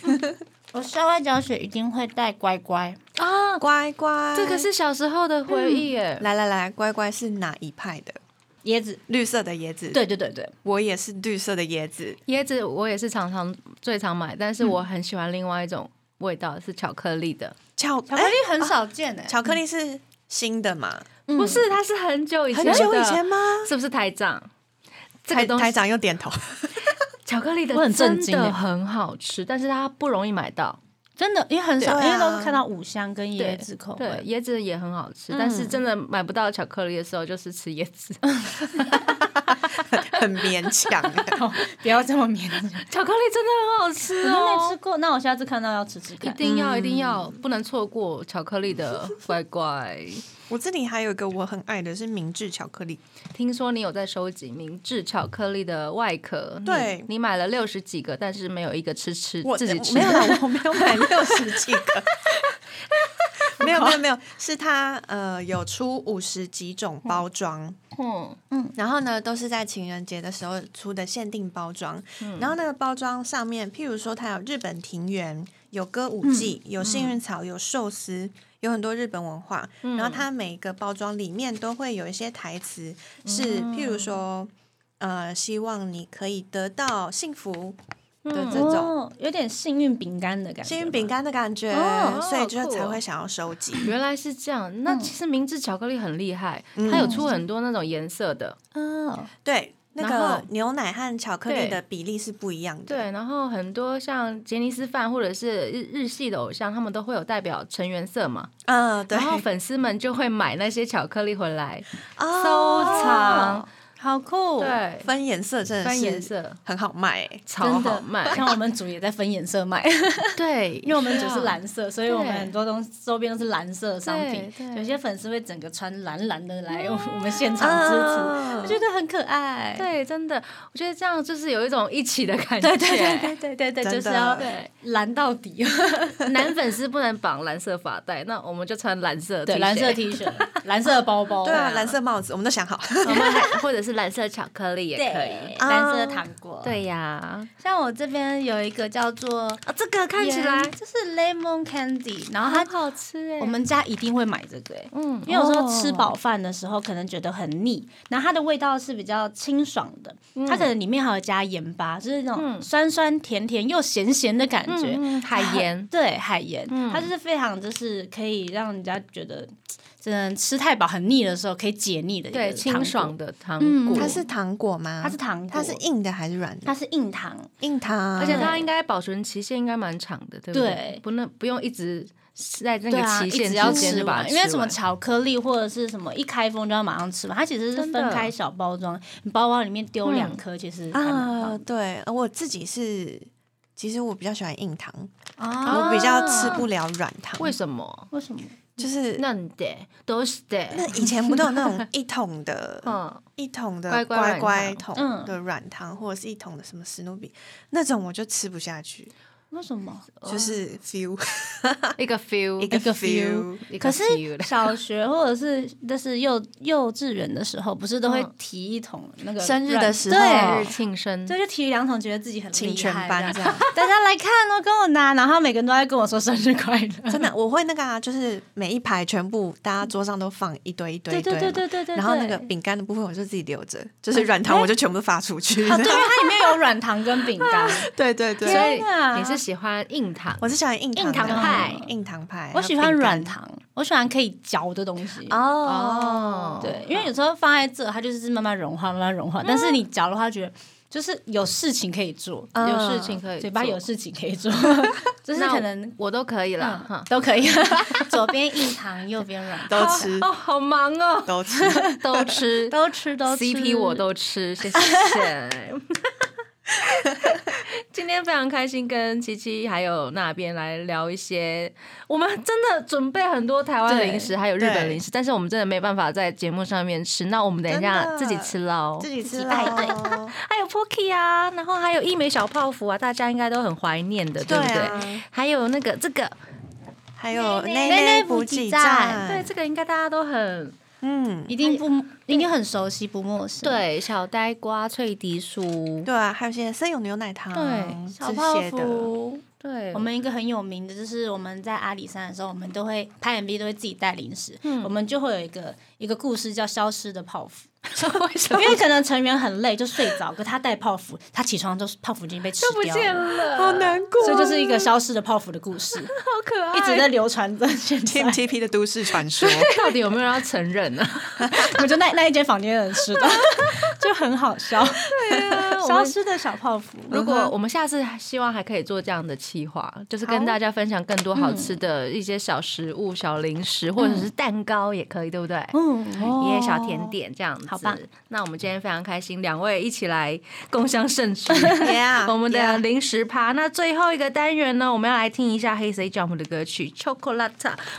S3: 我校外教学一定会带乖 <laughs> 乖，
S2: 啊，
S4: 乖乖，
S2: 这个是小时候的回
S3: 嗯
S2: 忆耶。
S4: 来来来，乖乖是哪一派的？
S3: 椰子。
S4: 绿色的椰子，
S3: 对对对对，
S4: 我也是绿色的椰子。
S2: 椰子我也是常常最常买，但
S3: 嗯
S2: 是我很喜欢另外一种味道，是巧克力的。
S4: 巧
S3: 巧克力很、
S4: 哎
S3: 少见诶、
S4: 啊巧克力是新的嘛？
S3: 嗯
S2: 不是，它是很久以前，
S4: 很久以前，吗？
S2: 是不是台长？这
S4: 台
S2: 个东
S4: 台
S2: 西，
S4: 长又点头。 <laughs>
S2: 巧克力的
S3: 我很震
S2: 真
S3: 惊欸
S2: 的
S3: 耶
S2: 很好吃，但是它不容易买到。
S3: 真的，因为很少，
S4: 对啊
S3: 因为都是看到五香跟
S2: 对
S3: 椰子口
S2: 对，
S3: <laughs> 味。嗯
S2: 椰子也很好吃，但是真的买不到巧克力的时候，就是吃椰子。 <laughs>
S4: 很勉强。
S3: 不要这么勉强。
S2: 巧克力真的很好吃
S3: 我都没吃嗯
S2: 哦。
S3: 过，那我下次看到要吃吃
S2: 一
S3: 看。
S2: 定要一定要，不能错过巧克力的 <laughs> 乖乖。
S4: 我这里还有一个我很爱的是明治巧克力，
S2: 听说你有在收集明治巧克力的外壳，你
S4: 对
S2: 你买了六十几个，但是没有一个吃吃
S4: 我
S2: 自己吃
S4: 没。有啦，我没有买六十几个。 <laughs> 没有没有没有，是它呃有出五十几种包装，
S2: <laughs> 嗯，
S4: 然后呢都是在情人节的时候出的限定包装，然后那个包装上面，譬如说它有日本庭园，有歌舞伎，有幸运草，有寿司。有很多日本文化，然后它每一个包装里面都会有一些台词，是譬如说，呃，希望你可以得到幸福的这种，
S3: 哦，有点幸运饼干的感觉。
S4: 幸运饼。干的感觉，
S2: 哦
S4: 所以就
S2: 好酷哦
S4: 才会想要收集。
S2: 原来是这样。那其实明治巧克力很厉害，它有出很多那种颜色的，
S3: 哦，
S4: 对，那
S2: 然后
S4: 个牛奶和巧克力
S2: 对
S4: 的比例是不一样的。
S2: 对，然后很多像杰尼斯范或者是日日系的偶像，他们都会有代表成员色嘛，
S4: 嗯，对
S2: 然，后粉丝们就会买那些巧克力回来收
S4: 哦
S2: 藏，
S3: 好酷。，
S2: 对，
S4: 分颜色真的
S2: 分颜
S4: 是
S2: 色
S4: 很好卖欸，
S2: 超
S3: 真
S2: 好
S3: 的
S2: 卖，
S3: 像我们组也在分颜色卖，
S2: 对，
S3: 因为我们组是蓝色，所以我们
S2: 对
S3: 很多东西周边都是蓝色的商品
S2: 对。对
S3: 有些粉丝会整个穿蓝蓝的来我我们现场支持，
S4: 啊
S3: 我觉得很可爱。
S2: 对，真的，我觉得这样就是有一种一起的感觉。
S3: 对对对对对对对，
S4: 真
S3: 就
S4: 的
S3: 是要蓝到底。
S2: 男粉丝不能绑蓝色发带，那我们就穿蓝色的 T
S3: 对，
S2: 恤
S3: 蓝色 T 恤，蓝色包包，
S4: 对啊，蓝色帽子我们都想好， <laughs>
S2: 我们还或者是蓝色巧克力也可以
S3: 对。，蓝色糖果。，
S2: 对呀、
S3: 像我这边有一个叫做
S2: 啊，这个看起来
S3: 盐就是 lemon candy，然后它
S2: 很好吃哎、
S3: 啊我们家一定会买这个、欸，
S2: 嗯
S3: 因为有时候吃饱饭的时候可能觉得很腻，然后它的味道是比较清爽的，它可能里面还有加盐巴，就是那种
S2: 嗯
S3: 酸酸甜甜又咸咸的感觉，
S2: 嗯嗯海盐嗯
S3: 对海盐，它就是非常就是可以让人家觉得，真的吃太饱很腻的时候可以解腻的一个
S2: 对
S3: 糖
S2: 清
S3: 果
S2: 爽，的糖果，
S3: 嗯
S4: 它是糖果吗？
S3: 它是糖果，
S4: 它是硬的还是软的？
S3: 它是硬糖，
S4: 硬糖，啊
S2: 而且它应该保存期限应该蛮长的，对不
S3: 嗯对
S2: 不能不用一直在那
S3: 对
S2: 个
S3: 啊，
S2: 期
S3: 一
S2: 限
S3: 直
S2: 之
S3: 要
S2: 间
S3: 吃
S2: 就把它
S3: 完，
S2: 吃
S3: 因为什么
S2: 完
S3: 巧克力或者是什么一开封就要马上吃完，它其实是
S2: 真的嗯
S3: 分开小包装，你包包里面丢两颗，其实还蛮
S4: 啊，
S3: 棒
S4: 对，呃我自己是，其实我比较喜欢硬糖，
S3: 啊
S4: 我比较吃不了软糖，
S2: 为什么？
S3: 为什么？
S4: 就是
S2: 那你得都是得，，
S4: 那以前不都有那种一桶的
S2: <laughs> 嗯，
S4: 一桶的
S2: 乖
S4: 乖
S2: 乖
S4: 乖
S2: 软
S4: 桶
S3: 嗯
S4: 的软糖，或者是一桶的什么史努比，那种我就吃不下去，
S3: 为什
S4: <laughs>
S3: 么？
S4: 就是 feel
S2: 一个 feel，
S4: 一个
S3: 啊一个
S4: feel，
S2: 一个
S3: 可是
S2: feel 的
S3: 小学或者是 <laughs> 就是幼幼稚园的时候，不是都会提一桶那个
S4: 嗯生日的时候
S2: 生
S3: 对
S2: 日，庆生，
S3: 对，就提两桶，觉得自己很
S4: 请
S3: 厉
S4: 全
S3: 害，
S4: 班
S3: 这
S4: 这
S3: 样
S4: 样。
S3: 大家来看哦，跟我拿，然后每个人都在跟我说生日快
S4: <laughs>
S3: 乐。
S4: 真的，我会那个啊，就是每一排全部大家桌上都放一堆一堆
S3: 对
S4: 一
S3: 对
S4: 堆嘛，
S3: 对对对对，
S4: 然后那个
S3: 对
S4: 饼干的部分我就自己留着，就是软糖我就全部发出去。
S3: 哦，对，因为它里面有软糖跟
S4: <laughs>
S3: 饼干。
S4: 对对对，
S2: 所以
S3: 天哪
S2: 你是喜欢硬糖，
S4: 我是喜欢硬糖
S2: 硬糖
S4: 的
S2: 派
S4: 硬糖派，
S3: 我喜欢软
S4: 糖
S3: 糖，我喜欢可以嚼的东西。
S4: 哦，
S3: 对，因为有时候放在这，它就是慢慢融化，慢慢融化。但是你嚼的话，觉得就是有事情可以做，
S4: 嗯
S2: 有事情可以做，
S3: 嘴巴有事情可以做， <laughs> 就是
S2: 那
S3: 可能
S2: 我都可以啦，
S3: 嗯
S2: 哈，
S3: 都可以。 <laughs> 左边硬糖，右边软糖，
S4: 都吃
S2: 哦，好 <laughs> 忙哦，
S4: 都吃，
S2: <laughs> 都吃
S3: <laughs> 都吃都吃。
S2: CP 我都 <laughs> 吃，谢谢。今天非常开心，跟琪琪还有那边来聊一些，我们真的准备很多台湾
S3: 对
S2: 零食，还有日本
S4: 对
S2: 零食，但是我们真的没办法在节目上面吃，那我们等一下
S4: 真的
S2: 自己吃喽。
S4: 自己吃哦
S3: 派对
S4: 喽。
S2: 还有 Pocky 啊，然后还有一美小泡芙啊，大家应该都很怀念的，对不对？
S4: 对啊
S2: 还有那个这个，
S4: 还
S2: 哦 <laughs>
S4: 有
S3: 内内
S4: 内内
S3: 内补
S4: 补
S3: 给
S4: 给
S3: 站
S4: 站，
S2: 对，这个应该大家都很
S4: 嗯，
S3: 一定不，一定很熟悉，不陌生。，
S2: 对，小呆瓜、脆迪酥，
S4: 对啊，还有一些生有牛奶糖，
S3: 嗯
S2: 对
S4: 这
S3: 小泡
S4: 些的，
S3: 芙，
S2: 对，
S3: 我们一个很有名的就是我们在阿里山的时候，我们都会拍 MV 都会自己带零食，我们就会有一个一个故事叫《消失的泡芙》。
S2: 为什么
S3: <laughs> 因为可能成员很累就睡着，可他带泡芙，他起床就是泡芙已经被吃
S2: 都不
S3: 掉
S2: 见
S3: 了，
S2: 了？ <laughs>
S4: 好难过， <laughs>
S3: 所以就是一个消失的泡芙的故事，
S2: 好可爱，
S3: 一直在流传着现在
S4: Team。TP
S3: <laughs>
S4: 的都市传说。
S2: 到底有没有人要承认呢、
S3: 我觉得那那一间房间的人吃的，就很好笑。
S2: 啊
S3: <laughs>
S2: 我
S3: 消
S2: 们嗯
S3: 失的小泡芙，
S2: 如果我们下次希望还可以做这样的企划，就是跟大家分享更多好吃的一些小食物、小零食，或者是蛋糕也可以，对不对？
S3: 嗯，
S2: 一些小甜点这样子，
S3: 好棒！
S2: 那我们今天非常开心，两位一起来共襄盛举，<laughs>
S4: Yeah，
S2: 我们的
S4: yeah
S2: 零食趴。那最后一个单元呢，我们要来听一下黑 C Jump 的歌曲《Chocolate》，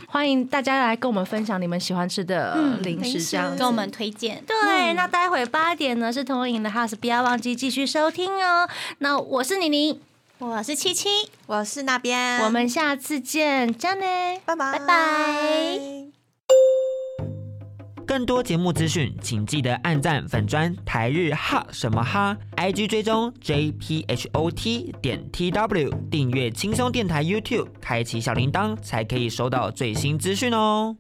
S2: 欢迎大家来跟我们分享你们喜欢吃的零食，这样子
S3: 给我们推荐。
S2: 对，那待会八点呢是同影的 House，不要忘记继续收听哦。那我是妮妮，
S3: 我是七七，
S4: <laughs> 我是那边，
S2: 我们下次见，加呢。
S4: 拜
S2: 拜
S4: 拜
S2: 拜。
S5: 更多节目资讯，请记得按赞粉砖台日哈什么哈，IG 追踪 JPHOT 点 TW，订阅轻松电台 YouTube，开启小铃铛才可以收到最新资讯哦。